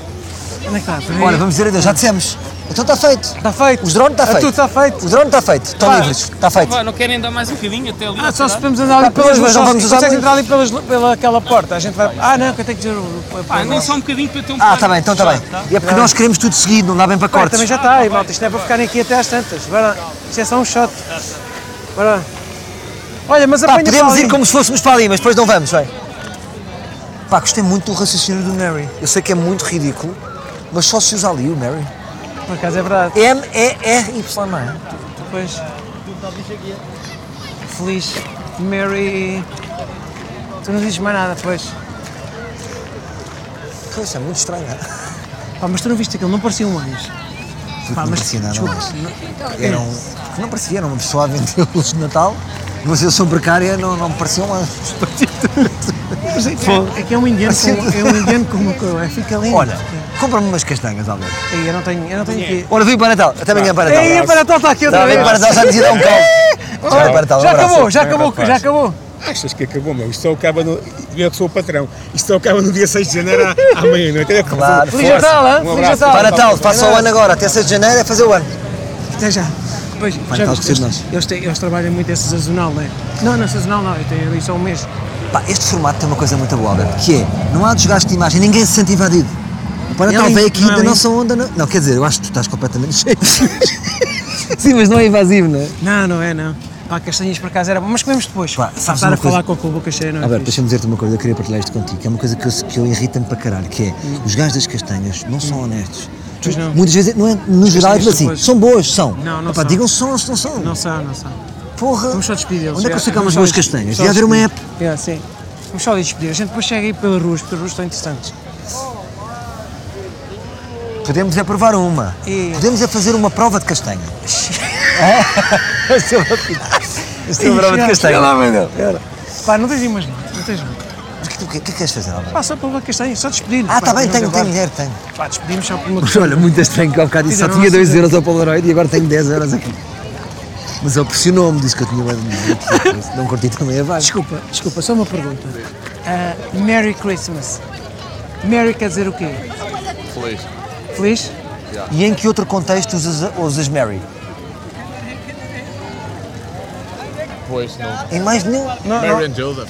Onde é que está? Olha, vamos dizer adeus, já dissemos. Então está feito. Está feito. Os drones está Ah, feito. tudo está feito. O drone está feito. Estão Pá. livres. Está tá feito. Vá, não querem dar mais um bocadinho até ali? Ah, ao só se final? podemos andar ali Pá, pois, pelas mas não só- vamos usar consegues muito. entrar ali pelas, pela aquela porta. A gente vai. Ah, não, que eu tenho que dizer o. o- Pá, nem só um bocadinho para ter um Ah, bocado está bem, então está bem. de chá, tá? E É porque nós queremos tudo seguido, não dá bem para Pá, cortes. também já está aí, malta. Isto não é para ficarem aqui até às tantas. Bora. lá. Isto é só um shot. Bora. lá. Olha, mas Pá, apanha podemos ir como se fôssemos para ali, mas depois não vamos, vai. Pá, gostei muito do raciocínio do Mary. Eu sei que é muito ridículo, mas só se usa ali o Mary. Por acaso é verdade. M-E-R-Y, não é? Pois. Feliz. Mary. Tu não dizes mais nada, pois. Pois, é muito estranho. é? Pá, mas tu não viste aquilo, não parecia um anjo. Porque não mas parecia nada desculpa, mais. Era um- porque não parecia, era uma pessoa a vender luz de Natal, mas eu sou precária, não, não me parecia um anjo. Mas é, que- é que é um indiano com, é um indiano com uma coroa, fica lindo. Olha, compra-me umas castanhas, Alberto. Aí, eu não tenho, eu não tenho aqui. Ora, vim para Natal. Até amanhã para Natal. Aí, a Paratal está tá aqui outra Dá vez. Então Tá bem para Natal, já nos ia dar um caldo. Já, bem para Natal, um Já abraço. acabou, já Bem, acabou, rapaz. já acabou. Achas que acabou, meu? Isto só acaba no. Eu que sou o patrão. Isto só acaba no dia 6 de janeiro à à meia-noite. É Claro, Feliz Natal, hein? Feliz Natal. Um Para Natal, passa o ano agora, até 6 de janeiro é fazer o ano. Até já. Pois, já Natal, viste, esqueci de eles, eles, têm- eles trabalham muito esse sazonal, não é? Não, não é sazonal, não, eu tenho ali só um mês. Pá, este formato tem uma coisa muito boa, Alberto, que é, não há desgaste de imagem, ninguém se sente invadido. O Para É Natal lindo, veio aqui não é da lindo? nossa onda. Não... não, quer dizer, eu acho que tu estás completamente cheio. Sim, mas não é invasivo, não é? Não, não é, não. Pá, castanhas para casa era bom, mas comemos depois. Pá, Pá, sabes Estar uma a falar coisa? com a boca cheia, não é? Alberto, fixe. deixa-me dizer-te uma coisa, eu queria partilhar isto contigo, que é uma coisa que eu, que eu irrita-me para caralho, que é, os gajos das castanhas não são honestos. Hum. Pois não. Muitas vezes, não é, no geral, é castanhas são assim, boas. são boas, são. Não, não Epá, são. Digam se são ou se não são. Não são, não são. Porra, Vamos só despedir eles. onde é que eu sei que há Vamos umas boas só despedir. castanhas? Só Devia haver uma app. despedir. É, sim. Vamos só ali despedir. A gente depois chega aí pelas ruas, porque as ruas estão interessantes. Podemos é provar uma. E- Podemos é fazer uma prova de castanha. É? Esta é uma Isto é uma prova de Ih, castanha. Pá, não tens imaginado, não tens muito. Mas o que, o que é que queres fazer, Alberto? Pá, só pela castanha, só despedir. Ah, está Pá, bem, tenho, vamos tenho embora. dinheiro, tenho. Pá, despedimos só por uma Mas olha, muito estranho que ao bocado disse só tinha 2 euros ao Polaroid e agora tenho 10 euros aqui. Mas ele pressionou-me, disse que eu tinha mais dinheiro. Não curti também a vibe. Desculpa, desculpa, só uma pergunta. Ah, Merry Christmas. Merry quer dizer o quê? Feliz. Feliz? E em que outro contexto usas, usas Mary? Pois, não. Em mais nenhum. Não, não. and Joseph.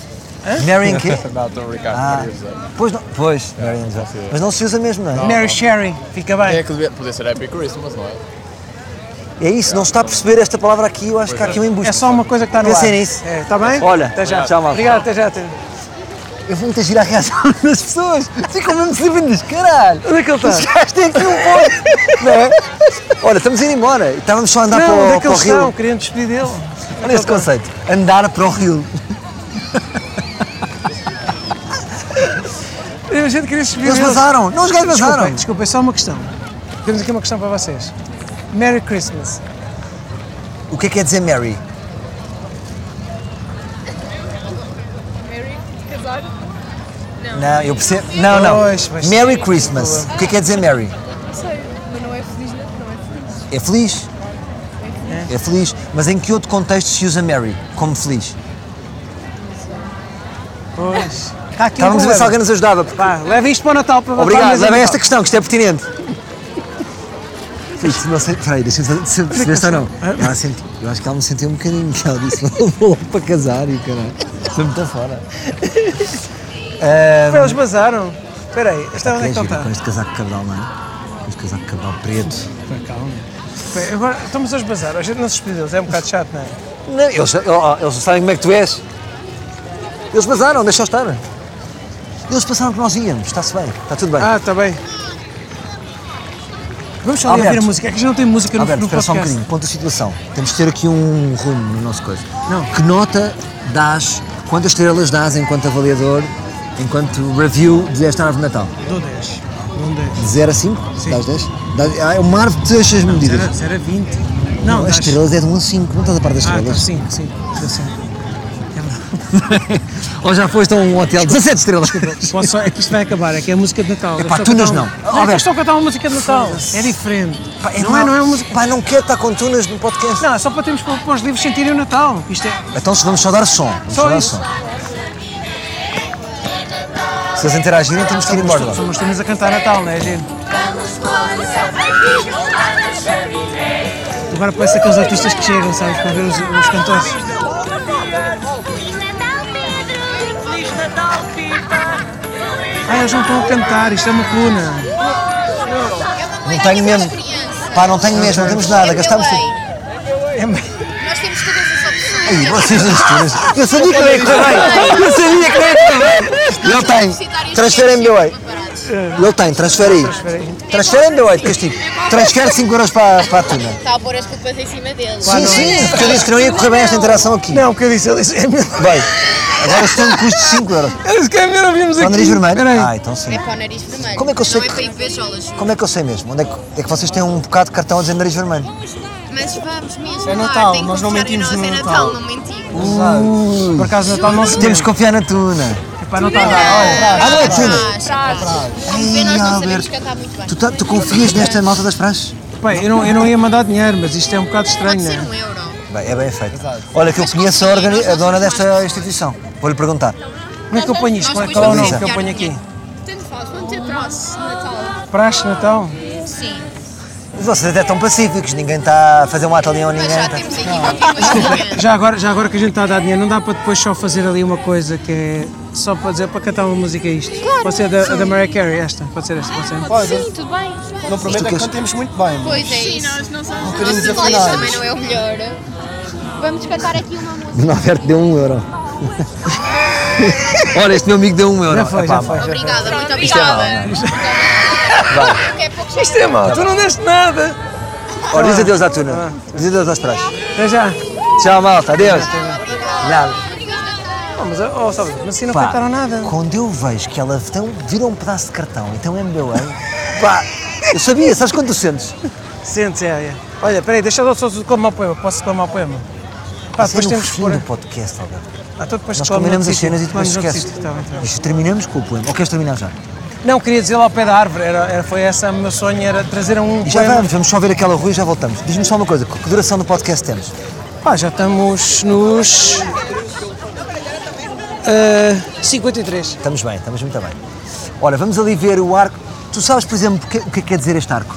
Mary em quê? Não, estou a brincar. Ah, pois, não, pois Mary and Joseph. Mas não se usa mesmo, não é? Merry Sherry, fica bem. que devia poder ser Happy Christmas, não é? É isso, não se está a perceber esta palavra aqui, eu acho que há aqui um embuste. É só uma coisa que está no Pensem ar. nisso. É, Está bem? Olha, até já. tchau, malta. Obrigado, até já. Até... Eu vou muito girar a reação das pessoas. Ficam mesmo servindo-lhes, caralho. Onde é que ele está? Os gajos têm aqui um ponto, não é? Olha, estamos indo embora. Estávamos só a andar Não, para, onde o, é que para o eles estão? rio. Queriam despedir dele. Olha esse conceito. Andar para o rio. A gente queria despedir Eles deles. vazaram. Não, os gajos vazaram. Desculpem, desculpem, só uma questão. Temos aqui uma questão para vocês. Merry Christmas. O que é que é dizer Mary? Casar? Não, eu percebo. Não, não. Pois, pois. Merry Christmas. O que é que é dizer Mary? Não sei, mas não é feliz, não, não é feliz. É feliz? É feliz. Mas em que outro contexto se usa Mary como feliz? Pois. Está aqui um Estávamos a ver se problema. alguém nos ajudava. porque- Pá, leva isto para o Natal. Para para a Obrigado, mesa levem de esta Natal. questão, que isto é pertinente. Putz, não sei, peraí, deixa-me saber se percebeste ou não. Ela sentiu, eu acho que ela me sentiu um bocadinho, que ela disse, vou logo para casar e caralho, estou muito fora. Pá, Eles bazaram. Espera aí, esta onde é Que é que giro, ele está? com este casaco cabral, não é? Com este casaco cabral preto. Bem, Agora estamos a esbazar, a gente não se despediu deles, é um bocado chato, não é? Não, eles, oh, eles sabem como é que tu és. Eles vazaram, deixa eu estar. Eles pensaram que nós íamos, está-se bem, está tudo bem. Ah, está bem. Vamos só ali Alberto. ouvir a música, é que já não tem música no, Alberto, no espera só um podcast. bocadinho, ponto da situação. Temos de ter aqui um rumo no nosso coisa. Não. Que nota dás, quantas estrelas dás enquanto avaliador, enquanto review desta árvore de Natal? Dou 10. Dou um 10. De 0 a 5? Sim. Dás 10? Dás- ah, é uma árvore de estas medidas. 0 a, 0 a 20. Não, As das- estrelas é de 1 a 5, não estás a par das Ah, tá, estrelas. sim, sim. dou cinco. É verdade. tá. Ou já foste a um hotel, 17 estrelas. Posso só, é que isto vai acabar, é que é a música de Natal. Epá, Eu estou tu a nas cantar não. um- Ó, Não, é que eu Alberto. estou a cantar uma música de Natal. É diferente. Pá, não, é, não é uma música. Pá, não quero estar com tu nas- no podcast. Não, é só para termos para, para os livros sentirem o Natal. Isto é. Então se vamos só dar som. Vamos Só só, dar isso. som. Se eles interagirem, temos que ir embora. Somos somos todos a cantar Natal, não é, gente? Agora parece aqueles artistas que chegam, sabes, para ver Tá os, os cantores. Ah, eles não estão a cantar, isto é uma cuna. Não é tenho mesmo. Pá, não tenho mesmo, não temos nada, gastámos tudo. É uma- Nós temos cabeças só pessoas. Ai, vocês não escuras. Eu sabia que não ia correr bem. Eu sabia que não ia correr bem. Ele É tem. Transfere MBWay. Ele tem, transfere aí. Transfere MBWay de castigo. Transfere 5 euros para, para a tuna. Está a pôr as culpas em cima dele. Sim, sim, porque eu disse que não ia correr bem esta interação aqui. Não, o que eu disse, ele disse. É meu. Bem, agora isto tem um custo de 5 euros. Eles querem ver, ouvimos Para o aqui. nariz vermelho? Peraí. Ah, então sim. É para o nariz vermelho. Como é que eu sei Não é que- para ir ver jolas. Como é que eu sei mesmo? Onde é que, é que vocês têm um bocado de cartão a dizer nariz vermelho? Mas vamos mesmo. É lá, Natal, tem que nós não confiar em mentimos nós. no É Natal, não mentimos. Por acaso, Natal não se Temos que confiar na tuna. Epá, não está a dar. Olha, Ah, não é tuna? Atrás, atrás. Vamos ver, Ai, nós não sabemos Alberto, cantar muito bem. tu, tá- tu confias nesta malta das praxes? Pai, eu não, eu não ia mandar dinheiro, mas isto é um bocado estranho, Pode ser não é? um euro. Bem, é bem feito. Olha, que eu conheço a, organi- a dona desta instituição. Vou-lhe perguntar. Como é que eu ponho isto? Qual é, um- Nós um qual depois é o nome que eu vamos ponho aqui? enfiar Tanto faz, vamos ter praxe de Natal. Praxe, Natal? Sim. Vocês até estão pacíficos, ninguém está a fazer um ato ali ou Mas ninguém. já Está... temos aqui qualquer coisinha. Já agora, já agora que a gente está a dar dinheiro, não dá para depois só fazer ali uma coisa que é só para dizer, para cantar uma música a isto? Pode ser a da, a da Mariah Carey, esta? Pode ser esta, pode ser? Sim, tudo bem. Não prometo é que cantemos muito bem. mas Pois é isso. Nós não somos O bocadinho nosso inglês desafinados. também não é o melhor. Vamos cantar aqui uma música. Não, Alberto deu um euro. Olha, este meu amigo deu um euro. Já foi, Epá, já foi. já foi. Obrigada, é muito obrigada. Porque é pouco já Isto é mau, tu não deste nada. Olha, diz adeus à Ah. tuna. Diz adeus às praxes. Até já. Tchau, malta. Adeus. Nada. Oh, mas, oh, sabe, mas assim não Pá, cantaram nada. Quando eu vejo que ela tem- virou um pedaço de cartão, então é meu, hein? Pá, eu sabia, sabes quando tu sentes? Sente-se, é, é. Olha, peraí, deixa eu só declamar o poema. Posso declamar o poema? Pá, Isso é depois no temos que fim pôr... do podcast, Alberto. Ah, então depois Nós declamo combinamos noutro as sítio. cenas e depois Declamo noutro esqueces. sítio, tá bem, tá bem. Isto terminamos com o poema. Ou queres terminar já? Não, queria dizer lá ao pé da árvore, era, era- foi essa o meu sonho, era trazer um E já poema. vamos, vamos só ver aquela rua e já voltamos. Diz-me só uma coisa, que que duração do podcast temos? Pá, já estamos nos. ah, 53. Estamos bem, estamos muito bem. Olha, vamos ali ver o arco. Tu sabes, por exemplo, porque- o que é que quer dizer este arco?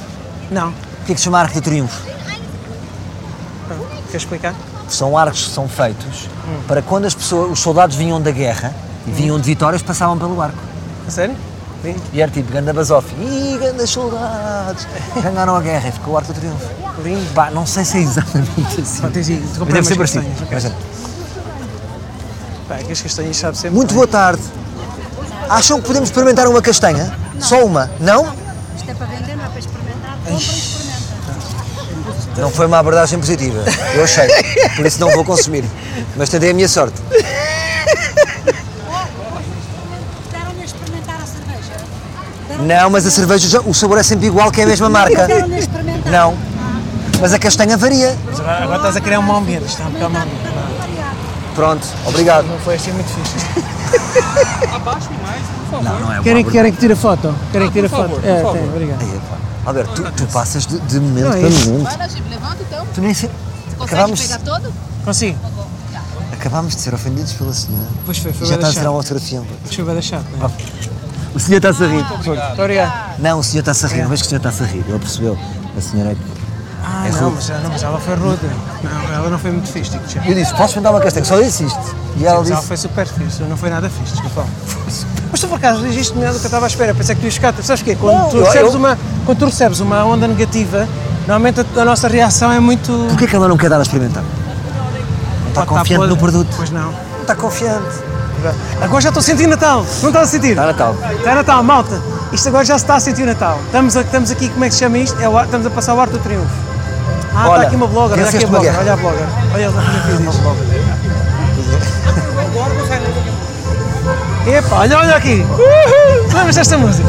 Não, O que é que se chama Arco do Triunfo? quer explicar? São arcos que são feitos para quando as pessoas, os soldados vinham da guerra e vinham de vitórias, passavam pelo arco. A sério? Sim. E era tipo, ganda basofi. Ih, ganda soldados! Ganharam a guerra e ficou o Arco do Triunfo. Lindo. Pá, não sei se é exatamente assim. Pá, tens aí, te Mas comprei deve umas ser parecido. castanhas. Mas é. Pá, que as castanhas sabe sempre. Muito boa tarde. Acham que podemos experimentar uma castanha? Só uma? Não? Isto é para vender, não é para experimentar. Compra e experimenta. Não foi uma abordagem positiva. Eu achei. Por isso não vou consumir. Mas tentei a minha sorte. Deram-lhe a experimentar a cerveja? Não, mas a cerveja, já- o sabor é sempre igual, que é a mesma marca. Deram-lhe a experimentar? Não. Mas a castanha varia. Mas agora, agora estás a criar um mau ambiente, está a ficar um mau ambiente. Para variar. Pronto, obrigado. Não foi assim muito fixe. Não, não é Querem, querem que tire a foto? Querem que tire a foto? é, tem, obrigado. Aí, pá. Alberto, tu, tu passas de, de momento Não, é para isso. momento. Levanta então. Tu nem sei. Consegues Acabamos- pegar todo? Consigo. Acabámos de ser ofendidos pela senhora. Pois foi, foi Já bué da está a tirar chato. uma fotografia. Foi bué da chato, né? não é? O senhor está-se a rir. Muito obrigado. Não, o senhor está-se a rir, não vejo que o senhor está-se a rir. Ele percebeu. A senhora é que. Ah, É não, rude. mas, não, mas ela foi rude. Não, ela não foi muito fixe, digo já. Eu disse, posso mandar uma castanha? Só disse isto. E ela Sim, mas ela disse. foi super fixe, não foi nada fixe, desculpa. Mas tu por acaso diziste melhor do que eu estava à espera, pensei que tu ias ficar. Sabes o quê? Quando, Não, tu eu- recebes eu- Uma, quando tu recebes uma onda negativa, normalmente a, a nossa reação é muito. Porquê que ela não quer dar a experimentar? Não está Pode estar Tá confiante podre. no produto. Pois não. Não está confiante. Agora já estou a sentir Natal, não estás a sentir? Está Tá Natal. Está Tá, Natal, malta. Isto agora já se está a sentir Natal. Estamos, a- estamos aqui, como é que se chama isto? É o ar- estamos a passar o ar do triunfo. Ah, Olha, está aqui uma blogger, olha aqui venceste a uma blogger, guerra. olha a blogger. Olha ela como é que diz. Epá, olha, olha aqui. Uhul. Lembras desta música?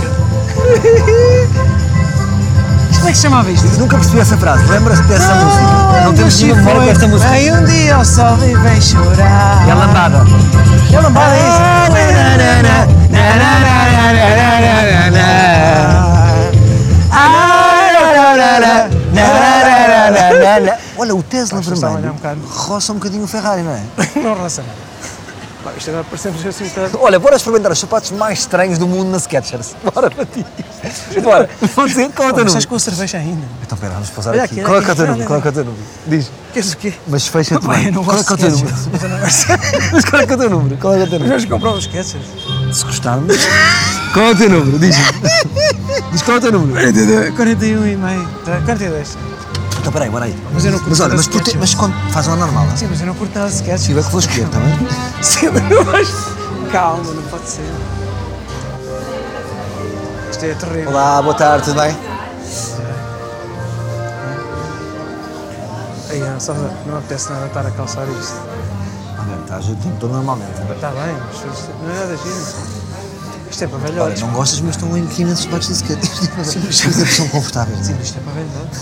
Isto como é que se chamava isto? Nunca percebi essa frase. Lembras-te dessa Ah, música? Não temos nenhuma memória para esta música. Vem um dia ao sol e vem chorar. E a lambada. É a lambada, é isso. Olha, o Tesla Acho que estava a vermelho olhar um bocado. roça um bocadinho o Ferrari, não é? Não, roça não. Pá, Isto agora parecemos assim, tá? Olha, bora experimentar os sapatos mais estranhos do mundo na Skechers. Bora, Matias. Bora. Vamos dizer qual é o teu Mas estás número. com a cerveja ainda. Então, pera, vamos pausar Olha aqui. aqui, Qual é que é o teu aqui. número? Qual é que é o teu número? Diz. Queres o quê? Mas fecha-te Pá, eu bem. não Qual é gosto que é o teu de número? sketches, mas eu não gosto. Mas qual é que é o teu número? Qual é que é o teu número? Vamos comprar os sketches. Se gostarmos. Qual é o teu número? Diz. Diz qual é o teu número. 41 e meio. Tá, 42. Então, peraí, bora aí. Mas eu não curto Mas olha, nada mas, de por te- sketches. mas quando faz uma normal. Sim, mas eu não curto nada de sketches. Eu é que vou escolher, tá bem? Sim, mas não vais- Calma, não pode ser. Isto é terrível. Olá, boa tarde, tudo bem? Ai, ah, só não apetece nada estar a calçar isto. Olha, tá, Está ajudando, estou normalmente. Está bem, mas isto não é nada giro. Isto é para Olha, velhotes. não gostas, mas estão bem aqui nesses baixos de skate. Estes são confortáveis, não é? Isto é para velhotes.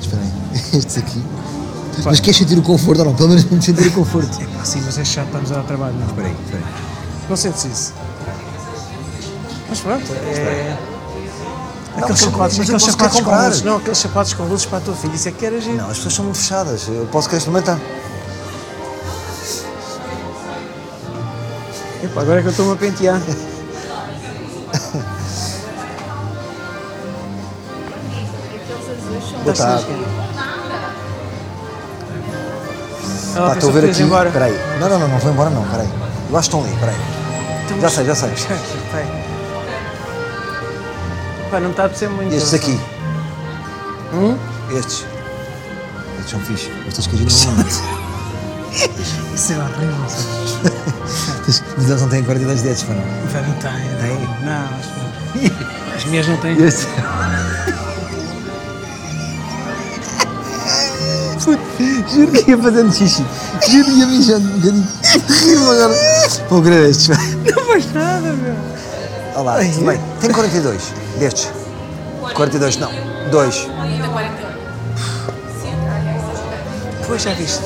Espera aí, estes aqui. Mas queres sentir o conforto ou não? Pelo menos vamos sentir o conforto. É pá, sim, mas é chato, estamos a dar trabalho, não. é? Espera aí, espera aí. Não sentes isso? Mas pronto, é. Aqueles mas- sapatos, mas eu aqueles posso sapatos com comprar. luzes, não, aqueles sapatos com luzes para a tua filha, isso é que era giro. Não, as pessoas são muito fechadas. Eu posso querer experimentar. Epá, agora é que eu estou-me a pentear. Boa tarde. Ela É Pá, estou a ver aqui. Embora. Espera aí. Não, não, não, não vou embora não, espera aí. Eu acho que estão ali, espera aí. Então, Já mas- sei, já sei. Pá, não me está a apetecer muito. Estes eu- aqui. Hum? Estes. Estes são fixe. Estes que a gente não manda. Isso é horrível. Mas eles não têm 42 dedos, para não. Vai, Não tem, não Tem? Não, acho que não. As minhas não têm. Este. Puto, juro que ia fazendo xixi. Juro que ia mijando um bocadinho. Rio agora. Vou querer estes. Não faz nada, meu. Olá, tudo bem? Tem 42 destes. 42 não. Dois. Pois já viste.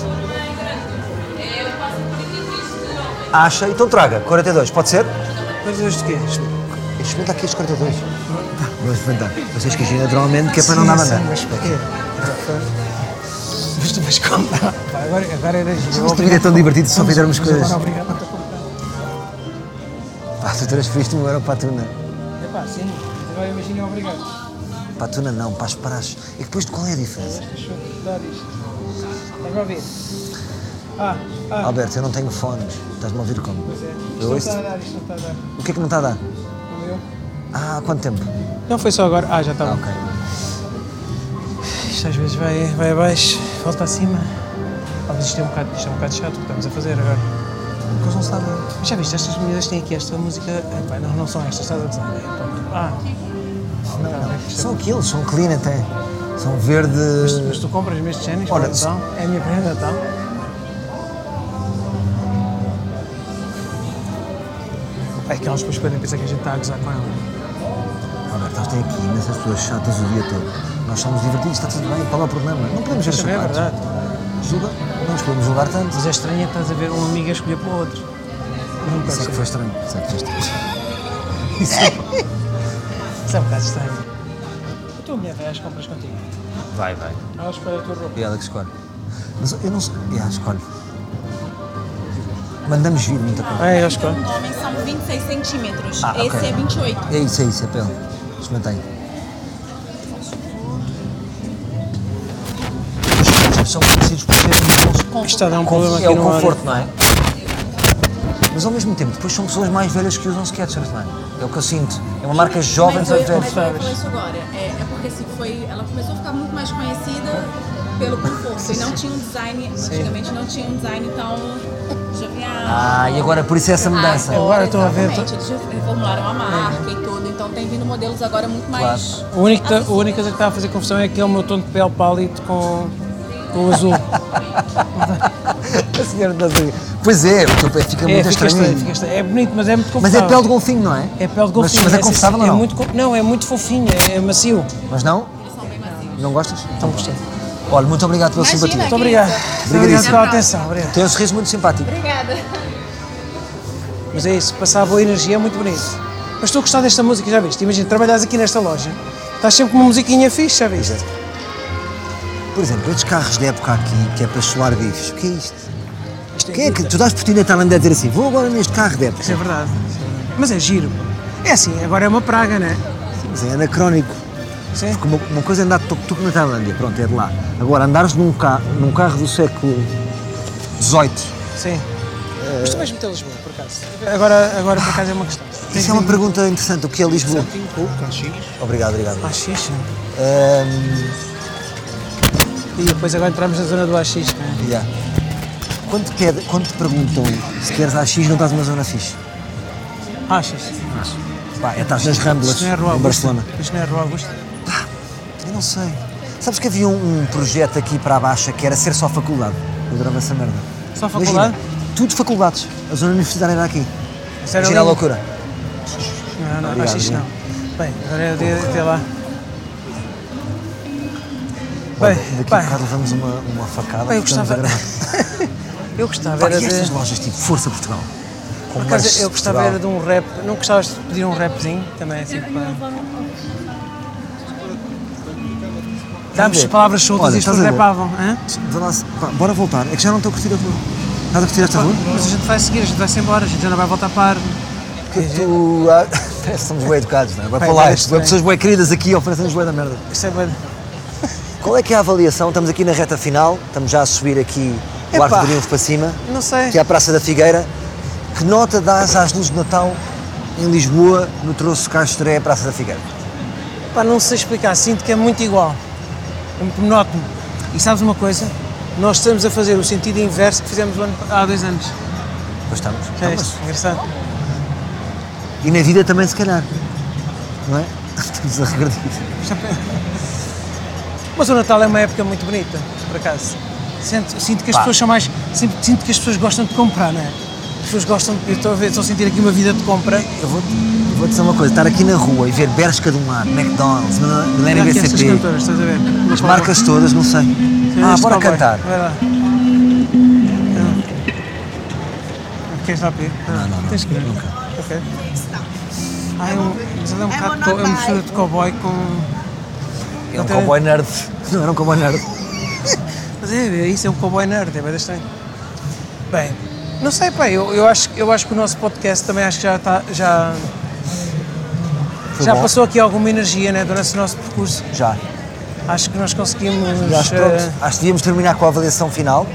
Acha, então traga. 42, pode ser? Mas hoje de quê? Experimenta aqui é os 42. Vamos experimentar. Vocês que agir naturalmente, que é para não Ah. Sim, dar sim, nada. Mas porquê? Mas tu vais comprar. Pá, Agora, agora era giro. Esta vida é tão divertida se só fizermos Mas agora coisas. obrigado a comprar. Pá, tu transferiste um euro para a tuna. Epá, sim. mas Agora imagina obrigado. Para a tuna não, para as paragens. E que depois de qual é a diferença? Deixa-me te dar isto. Estás a ouvir? Ah, ah. Alberto, eu não tenho fones. Estás-me a ouvir como? Pois é. Isto Eu não ouço. está a dar, isto não está a dar. O que é que não está a dar? O meu. Ah, há quanto tempo? Não foi só agora. Ah, já está Ah, bom. ok. Isto às vezes vai, vai abaixo, volta acima. Ah, mas isto é um bocado, isto é um bocado chato o que estamos a fazer agora. Porque eles não sabem. Mas já viste, estas meninas têm aqui esta música. Epá, não, não são estas, estás a dizer. Ah, não, São aqueles, são clean até. São verde. Mas tu compras-me estes ténis Olha, para Natal? É a minha prenda de Natal? É que elas depois podem pensar que a gente está a gozar com ela. Alberto, eles têm então aqui imensas pessoas chatas o dia todo. Nós somos divertidos, está tudo bem, qual é o problema? Não podemos ver os Mas também é sapatos. verdade. Julga? Não nos podemos julgar tanto. Mas é estranho é que estás a ver um amigo a escolher para o outro. Nunca Isso é que foi estranho. Isso é que foi estranho. Isso é um bocado estranho. A tua mulher vai às compras contigo. Vai, vai. Ela escolhe a tua roupa. E ela que escolhe. Mas eu não sei. Yeah, escolhe. Mandamos vir muita coisa. Ah, eu acho que é. um Do homem são 26 centímetros. Ah, ok. Esse é 28. É isso, é isso, é pele. Experimentei. Os chutes são conhecidos por serem muito bons. Isto está a dar um problema É aqui o no áudio. conforto, não é? Mas ao mesmo tempo, depois são pessoas mais velhas que usam Skechers, não é? É o que eu sinto. É uma marca jovem mas para eu, mas velhos. eu ia falar isso agora. É, é porque assim, foi, ela começou a ficar muito mais conhecida pelo conforto. E não tinha um design, antigamente não tinha um design tão jovial. Ah, e agora por isso é essa mudança. Agora estou a ver, Exatamente, eles reformularam a marca e tudo, então tem vindo modelos agora muito mais. A única, a única coisa que está a fazer confusão é aquele meu tom de pele pálido com, com o azul. a senhora está a dizer. Pois é, porque fica muito estranho. fica estranho. É bonito, mas é muito Mas é confortável. pele de golfinho, não é? É pele de Mas- golfinho. mas é confortável ou não? É muito, co- não, é muito fofinho, é, é macio. Mas não? Não gostas? Então gostei. Olha, muito obrigado pela Imagina, simpatia. Muito obrigado. querida. Obrigado pela atenção, obrigado. Tem um sorriso muito simpático. Obrigada. Mas é isso, passar boa energia é muito bonito. Mas estou a gostar desta música, já viste? Imagina, trabalhas aqui nesta loja, estás sempre com uma musiquinha fixe, já viste? Por exemplo, estes carros da época aqui, que é para solar bifes, o que é isto? Quem é que tu dás por ti na Tailândia a dizer assim, vou agora neste carro da época? Isso é verdade. Mas é giro. pô. É assim, agora é uma praga, né? Mas é anacrónico. Sim. Porque uma, uma coisa é andar de tuk-tuk na Tailândia, pronto, é de lá. Agora, andares num, ca num carro do século XVIII, Sim. Mas tu vais meter Lisboa, por acaso. Agora, agora por acaso é uma questão. isso é uma pergunta interessante, o que é um Lisboa? Obrigado, obrigado. Axis. Ahm, é? E depois agora entramos na zona do Axis, né? yeah. quando, te pede- quando te perguntam se queres AX, não estás numa zona fixe? Achas? Pá, é, estás nas Ramblas, Isto não é Ah, Rua em Augusta? Barcelona. Isto não é Rua Augusta? Eu não sei. Sabes que havia um, um projeto aqui para a Baixa que era ser só faculdade. Eu adorava essa merda. Só faculdade? Imagina, tudo faculdades. A zona universitária era aqui. Isso era Imagina a lindo. loucura. Não, não, Obrigado, Axis não. obrigado. Bem, agora é o dia de até lá. Olha, Bem, daqui a bem. bocado levamos uma, uma facada. Bem, eu porque estamos gostava- a gravar. Eu gostava Pá, era e estas de... lojas tipo Força Portugal. Com Por lanches acaso, de eu gostava Portugal. era de um rap. Não gostavas de pedir um rapzinho também? Assim, para... Damos Vamos ver. palavras soltas Olha, e estes estás a ver? rapavam. hã? Vê lá se- pá, Bora voltar. É que já não estou a curtir a rua. Estás a curtir esta rua? Mas a gente vai seguir, a gente vai-se embora, a gente já não vai voltar para. Que tu... ah, Parece que somos bem educados, não é? Vai Pá, para lá. parece isto. Pessoas bem queridas aqui oferecem-nos bué da merda. Isso é bué de- Qual é que é a avaliação? Estamos aqui na reta final, estamos já a subir aqui o Epá. Arco de Triunfo para cima, Não sei. que é a Praça da Figueira. Que nota dás às luzes de Natal em Lisboa, no troço Castré, Praça da Figueira? Pá, não sei explicar, sinto que é muito igual. É muito monótono. E sabes uma coisa? Nós estamos a fazer o sentido inverso que fizemos o ano- há dois anos. Pois estamos. Já estamos. viste? Engraçado. E na vida também, se calhar. Não é? Estamos a regredir. Mas o Natal é uma época muito bonita, por acaso. Sinto, sinto que as Pá. pessoas são mais. Sinto, sinto que as pessoas gostam de comprar, não é? As pessoas gostam de. Eu estou a, ver, estou a sentir aqui uma vida de compra. Eu vou, eu vou dizer uma coisa: estar aqui na rua e ver Bershka de um lado, McDonald's, é Milena Olha aqui essas BCP, cantoras, estás a ver? as marcas todas, não sei. Sim, Ah, este bora cowboy. cantar. Vai lá. Ah. Queres lá pedir? Não, não, não. Tens que ir. Nunca. Ok. Ah, é um, mas ele é um É bocado de co- é uma mistura de cowboy com. É um Até- cowboy nerd. Não era um cowboy nerd. Mas é, é isso, é um cowboy nerd, é bem estranho. Bem, não sei, pá, eu, eu, acho, eu acho que o nosso podcast também acho que já está. Já, Foi já bom. passou aqui alguma energia né, durante o nosso percurso. Já. Acho que nós conseguimos. E acho, que eh, pronto, acho que devíamos terminar com a avaliação final.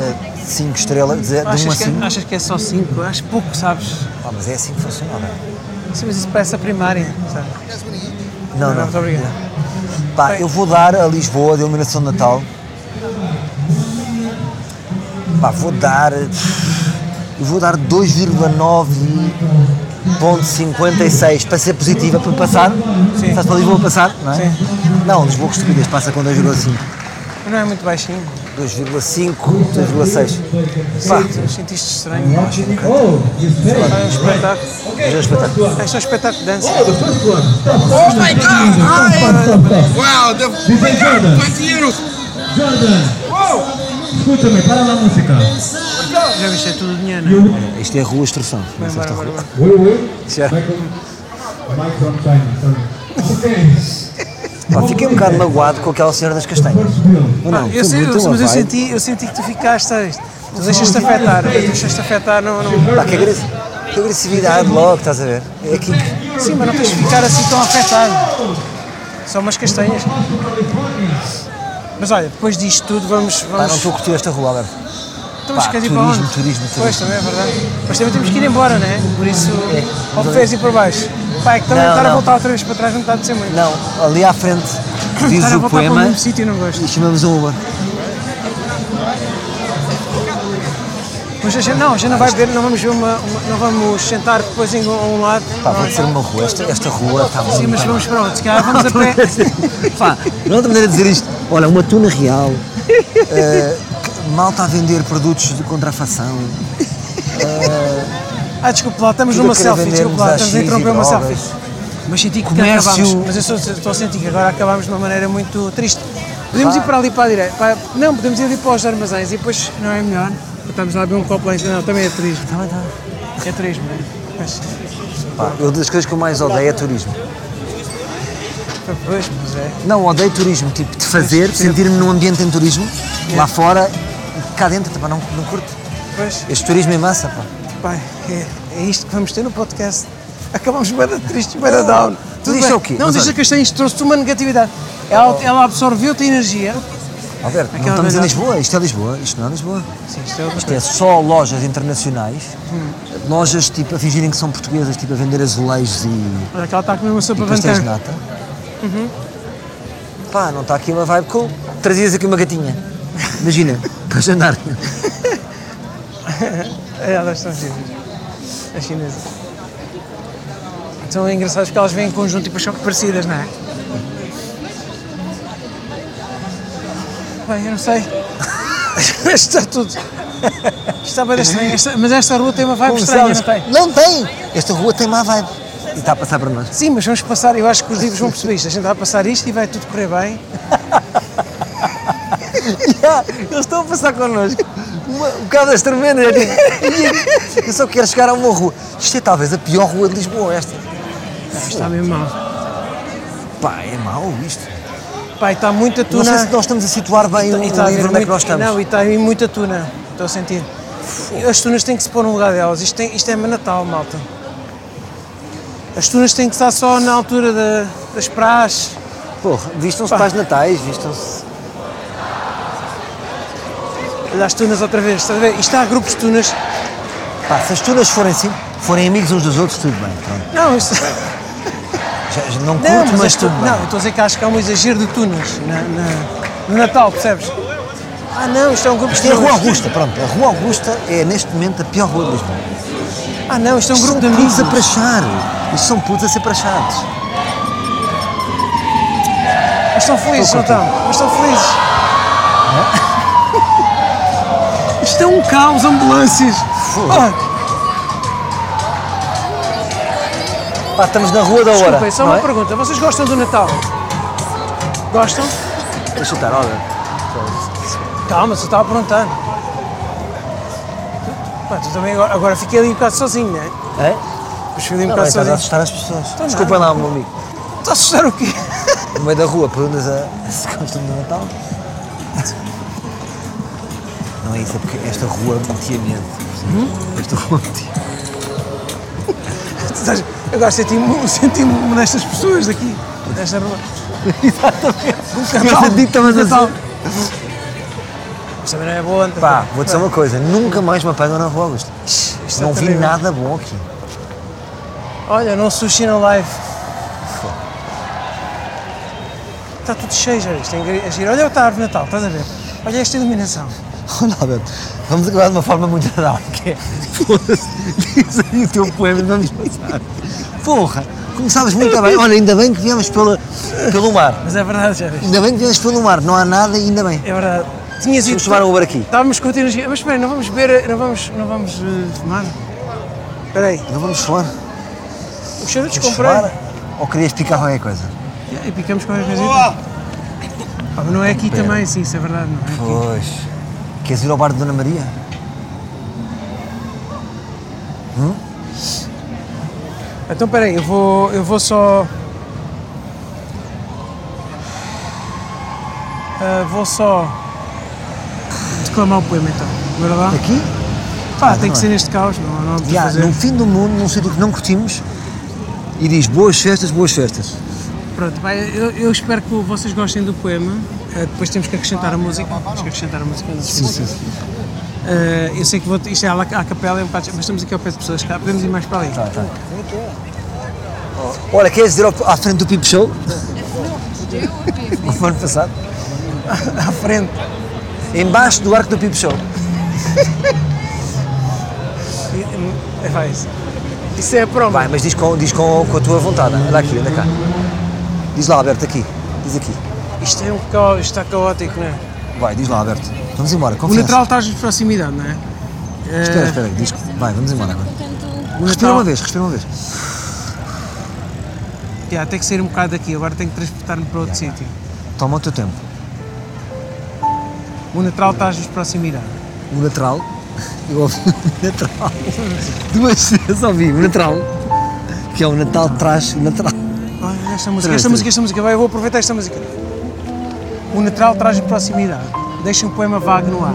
eh, Cinco estrelas, de, de um a achas, que, cinco. achas que é só 5? Acho pouco, sabes? Ah, mas é assim que funciona, não é? Sim, mas isso parece a primária, sabe? Não, não. Muito obrigado. Pá, eu vou dar a Lisboa de iluminação de Natal. Pá, vou dar. Eu vou dar 2,9.56 para ser positiva, para passar. Sim. Estás para Lisboa passar, não é? Sim. Não, Lisboa que estupidez, passa com 2,5. Não é muito baixinho. 2,5, 2,6. Pá, Sentiste, sentiste estranho. Pá, acho um bocado. É um espetáculo. Mas é um espetáculo. É só um espetáculo de dança. Oh my god! Wow, the Escúchame, para la música. Já viste, é tudo dinheiro, não é? Isto é rua Instrução. Bem, bora, bora, bora. Oui, oui. Já. Mike from China, sorry. Pá, fiquei um bocado magoado com aquela senhora das castanhas. Ou Pá, não, Ah, eu Foi sei, muito eu- uma mas eu vibe. senti, eu senti que tu ficaste. sabes? Tu deixas-te afetar, deixas-te afetar, não. não... Pá, que, agressi- que agressividade logo, estás a ver? É aqui que- Sim, mas não tens de ficar assim tão afetado. São umas castanhas. Mas olha, depois disto tudo vamos. vamos... Pá, não estou a curtir esta rua, Alberto. Estamos Pá, quase ir para turismo, onde? turismo, turismo. Pois, também é verdade. Mas também temos que ir embora, não é? Por isso, ao que fez ir para baixo. Pá, é que também é. Não, estar a não. voltar outra vez para trás não está a dizer muito. Não, Ali à frente diz Estar a o voltar para o poema mesmo sítio eu não gosto. e chamamos um Uber. Mas a gente, não, a gente não vai ver, não vamos, ver uma, uma- não vamos sentar depois em um, a um lado. Pá, não vou é? dizer uma rua, esta, esta rua está muito Sim, é. mas bem. vamos para onde? Se calhar vamos a pé. Pá, não há outra maneira de dizer isto. Olha, uma tuna real. eh, mal malta a vender produtos de contrafação. Ah, desculpa lá, estamos Tudo numa a querer selfie, desculpa lá, vendermos estamos AX a e interromper uma selfie. drogas. Mas senti que Comércio- acabámos, mas eu sou- estou a sentir que agora acabámos de uma maneira muito triste. Podemos Vá. ir para ali para a direita, para- não, podemos ir ali para os armazéns e depois não é melhor. Estamos lá a beber um copo lá em não, também é turismo. Tá Também está. É turismo, não é? Mas, Pá, eu das coisas que eu mais odeio é turismo. pois, mas é. Não, odeio turismo, tipo, de fazer, Mas, sentir-me num ambiente em turismo, É. lá fora, cá dentro, pá, não, não curto. Pois. Este turismo em massa, pá. Pá, é, é isto que vamos ter no podcast. Acabamos bem da triste, bem da down. Tudo isto bem. é o quê? Não, Mas deixa olha- que isto trouxe-te uma negatividade. Ela, ela absorveu-te a energia. Alberto, não Aquela estamos em verdade. Lisboa, isto é Lisboa, isto não é Lisboa. Sim, isto é outra Isto é coisa. só lojas internacionais, Hum. lojas tipo a fingirem que são portuguesas, tipo a vender azulejos e, Olha que ela está a comer uma e sopa pastéis de vantã. nata. Pá, não está aqui uma vibe cool. Trazias aqui uma gatinha. Imagina, para jantar. É, Elas são chinesas. As chinesas. São engraçadas porque elas vêm em conjunto e depois são parecidas, não é? Bem, eu não sei. Isto está tudo. Isto Está bem estranho. Esta- Mas esta rua tem uma vibe Como estranha, não sabes? tem? Não tem! Esta rua tem má vibe. E está a passar para nós. Sim, mas vamos passar, eu acho que os livros vão perceber isto. A gente vai passar isto e vai tudo correr bem. eles estão a passar connosco. Uma, um bocado das tremendas. é tipo, Eu só quero chegar a uma rua. Isto é talvez a pior rua de Lisboa, esta. Está mesmo mal. Pá, é mau isto. Pai, está muita tuna. Não sei se nós estamos a situar bem o, E o está a haver livro onde é que muito- nós estamos. Não, e está aí muita tuna, estou a sentir. As tunas têm que se pôr no lugar delas, isto, tem, isto é Natal, malta. As tunas têm que estar só na altura da- das praias. Porra, vistam-se para as natais, vistam-se. Olha as tunas outra vez, estás a ver? Isto está a grupos de tunas. Pá, se as tunas forem assim, forem amigos uns dos outros, tudo bem. pronto. Não, isto... Já- já não curto, não, mas, é mas as tu- tudo bem. não, eu estou a dizer que acho que há um exagero de tunas na- na- no Natal, percebes? Ah não, isto é um grupo Isto de é a tunas. Rua Augusta, pronto. A Rua Augusta é, neste momento, a pior rua de Lisboa. Ah não, isto é um Isto grupo de são amigos. putos a prachar. Isto são putos a ser prachados. Mas estão felizes, não Estou estão? Mas estão felizes. Isto é um caos, ambulâncias. Ah, Pá, estamos na Rua da Hora, desculpem, só não uma é? pergunta. Vocês gostam do Natal? Gostam? Deixa eu estar, olha. Calma, só estava a perguntar. Pá, tu também agora, agora fiquei ali um bocado sozinho, não é? É? Mas fiquei ali um Não, bocado mas estás a sozinho. assustar as pessoas. Estou Desculpa nada. lá, meu amigo. Estás a assustar o quê? No meio da rua, perguntas a se gostam do Natal. Não é isso, é porque esta rua metia medo. Esta rua metia Tu estás- Agora senti-me senti nestas pessoas daqui, nesta rua. Exatamente. Eu senti que estavas a Mas também não é boa, então. Pá, vou-te dizer uma coisa, nunca mais me apagam na rua Augusta. Isto Não é vi terrível. nada bom aqui. Olha, não sushi na live. Está tudo cheio já isto, é engri- é giro. Olha outra árvore de Natal, estás a ver? Olha esta iluminação. Olha, Alberto, Oh, vamos acabar de uma forma muito agradável, que é, foda-se, diz aí o teu poema e vamos passar. Porra, começavas muito bem. Olha, ainda bem que viemos pela, pelo mar. Mas é verdade, já viste? Ainda bem que viemos pelo mar, não há nada e ainda bem. É verdade. Tinhas ido. Vamos tomar um Uber aqui. Estávamos com a energia. Mas espera, aí, não vamos beber. Não vamos. Não vamos eh, fumar? Espera aí. Não Então vamos falar. Os charutos Vamos comprei. falar? Ou querias picar qualquer coisa? E picamos com a coisa. Ah, mas não é aqui também, sim, isso é verdade. Não é aqui. Pois. Queres ir ao bar de Dona Maria? Então peraí, eu vou, eu vou só. Ah, vou só. eh, declamar o poema então. Verdade? Aqui? Pá, Mas tem não que é. ser neste caos, não, não há muito a Yeah, fazer. no fim do mundo, num sítio que não curtimos, e diz boas festas, boas festas. Pronto, vai, eu, eu espero que vocês gostem do poema. Eh, depois temos que acrescentar a música. Temos que acrescentar a música antes de sim, sim. eu sei que vou, isto é à, la- à capela, é um bocado- mas estamos aqui ao pé de pessoas, cá. podemos ir mais para ali. Tá. Olha, queres dizer ao- à frente do Pipo Show? O ano passado? à frente. Embaixo do arco do Pipo Show. É, vai isso. Isso é a prova. Vai, mas diz com, diz com, com a tua vontade. Olha aqui, anda cá. Diz lá, Alberto, aqui. Diz aqui. Isto é um caos, está caótico, não é? Vai, diz lá, Alberto. Vamos embora, O confiança. natural está de proximidade, não é? Eh, Espera, espera, diz. Vai, vamos embora agora. O Respira Natal- uma vez, respira uma vez. yeah, tem que sair um bocado daqui, agora tenho que transportar-me para outro sítio. Toma o teu tempo. O natural está de proximidade. O natural. Eu ouvi o natural. Duas vezes ouvi o natural. Que é o Natal traz o natural. Olha Outra vez, esta música, esta outra música, esta música, vai, eu vou aproveitar esta música. O Natal traz proximidade, deixa um poema vago no ar.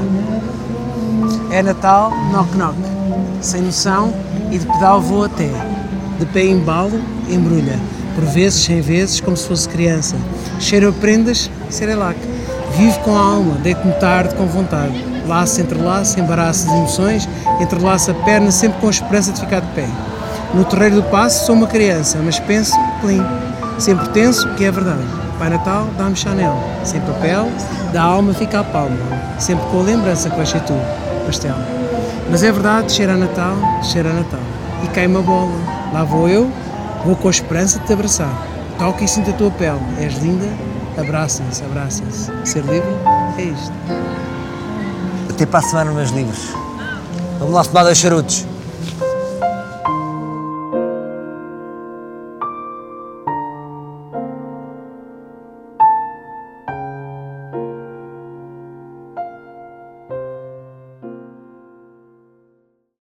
É Natal, knock knock, sem noção e de pedal vou até. De pé embalo, embrulha, por vezes, cem vezes, como se fosse criança. Cheiro a prendas, serelac. Vivo com a alma, deito-me tarde com vontade. Laço, entrelaço, embaraço de emoções, entrelaço a perna sempre com a esperança de ficar de pé. No terreiro do passo sou uma criança, mas penso, plim. Sempre tenso, que é verdade. Pai Natal, dá-me Chanel. Sem papel, da alma fica a palma. Sempre com a lembrança que vais ser tu, pastel. Mas é verdade, cheira a Natal, cheira a Natal. E cai uma bola. Lá vou eu, vou com a esperança de te abraçar. Toca e sinta a tua pele. És linda, abraça-se, abraça-se. Ser livre é isto. Até para a semana, meus livros. Vamos lá fumar dois charutos.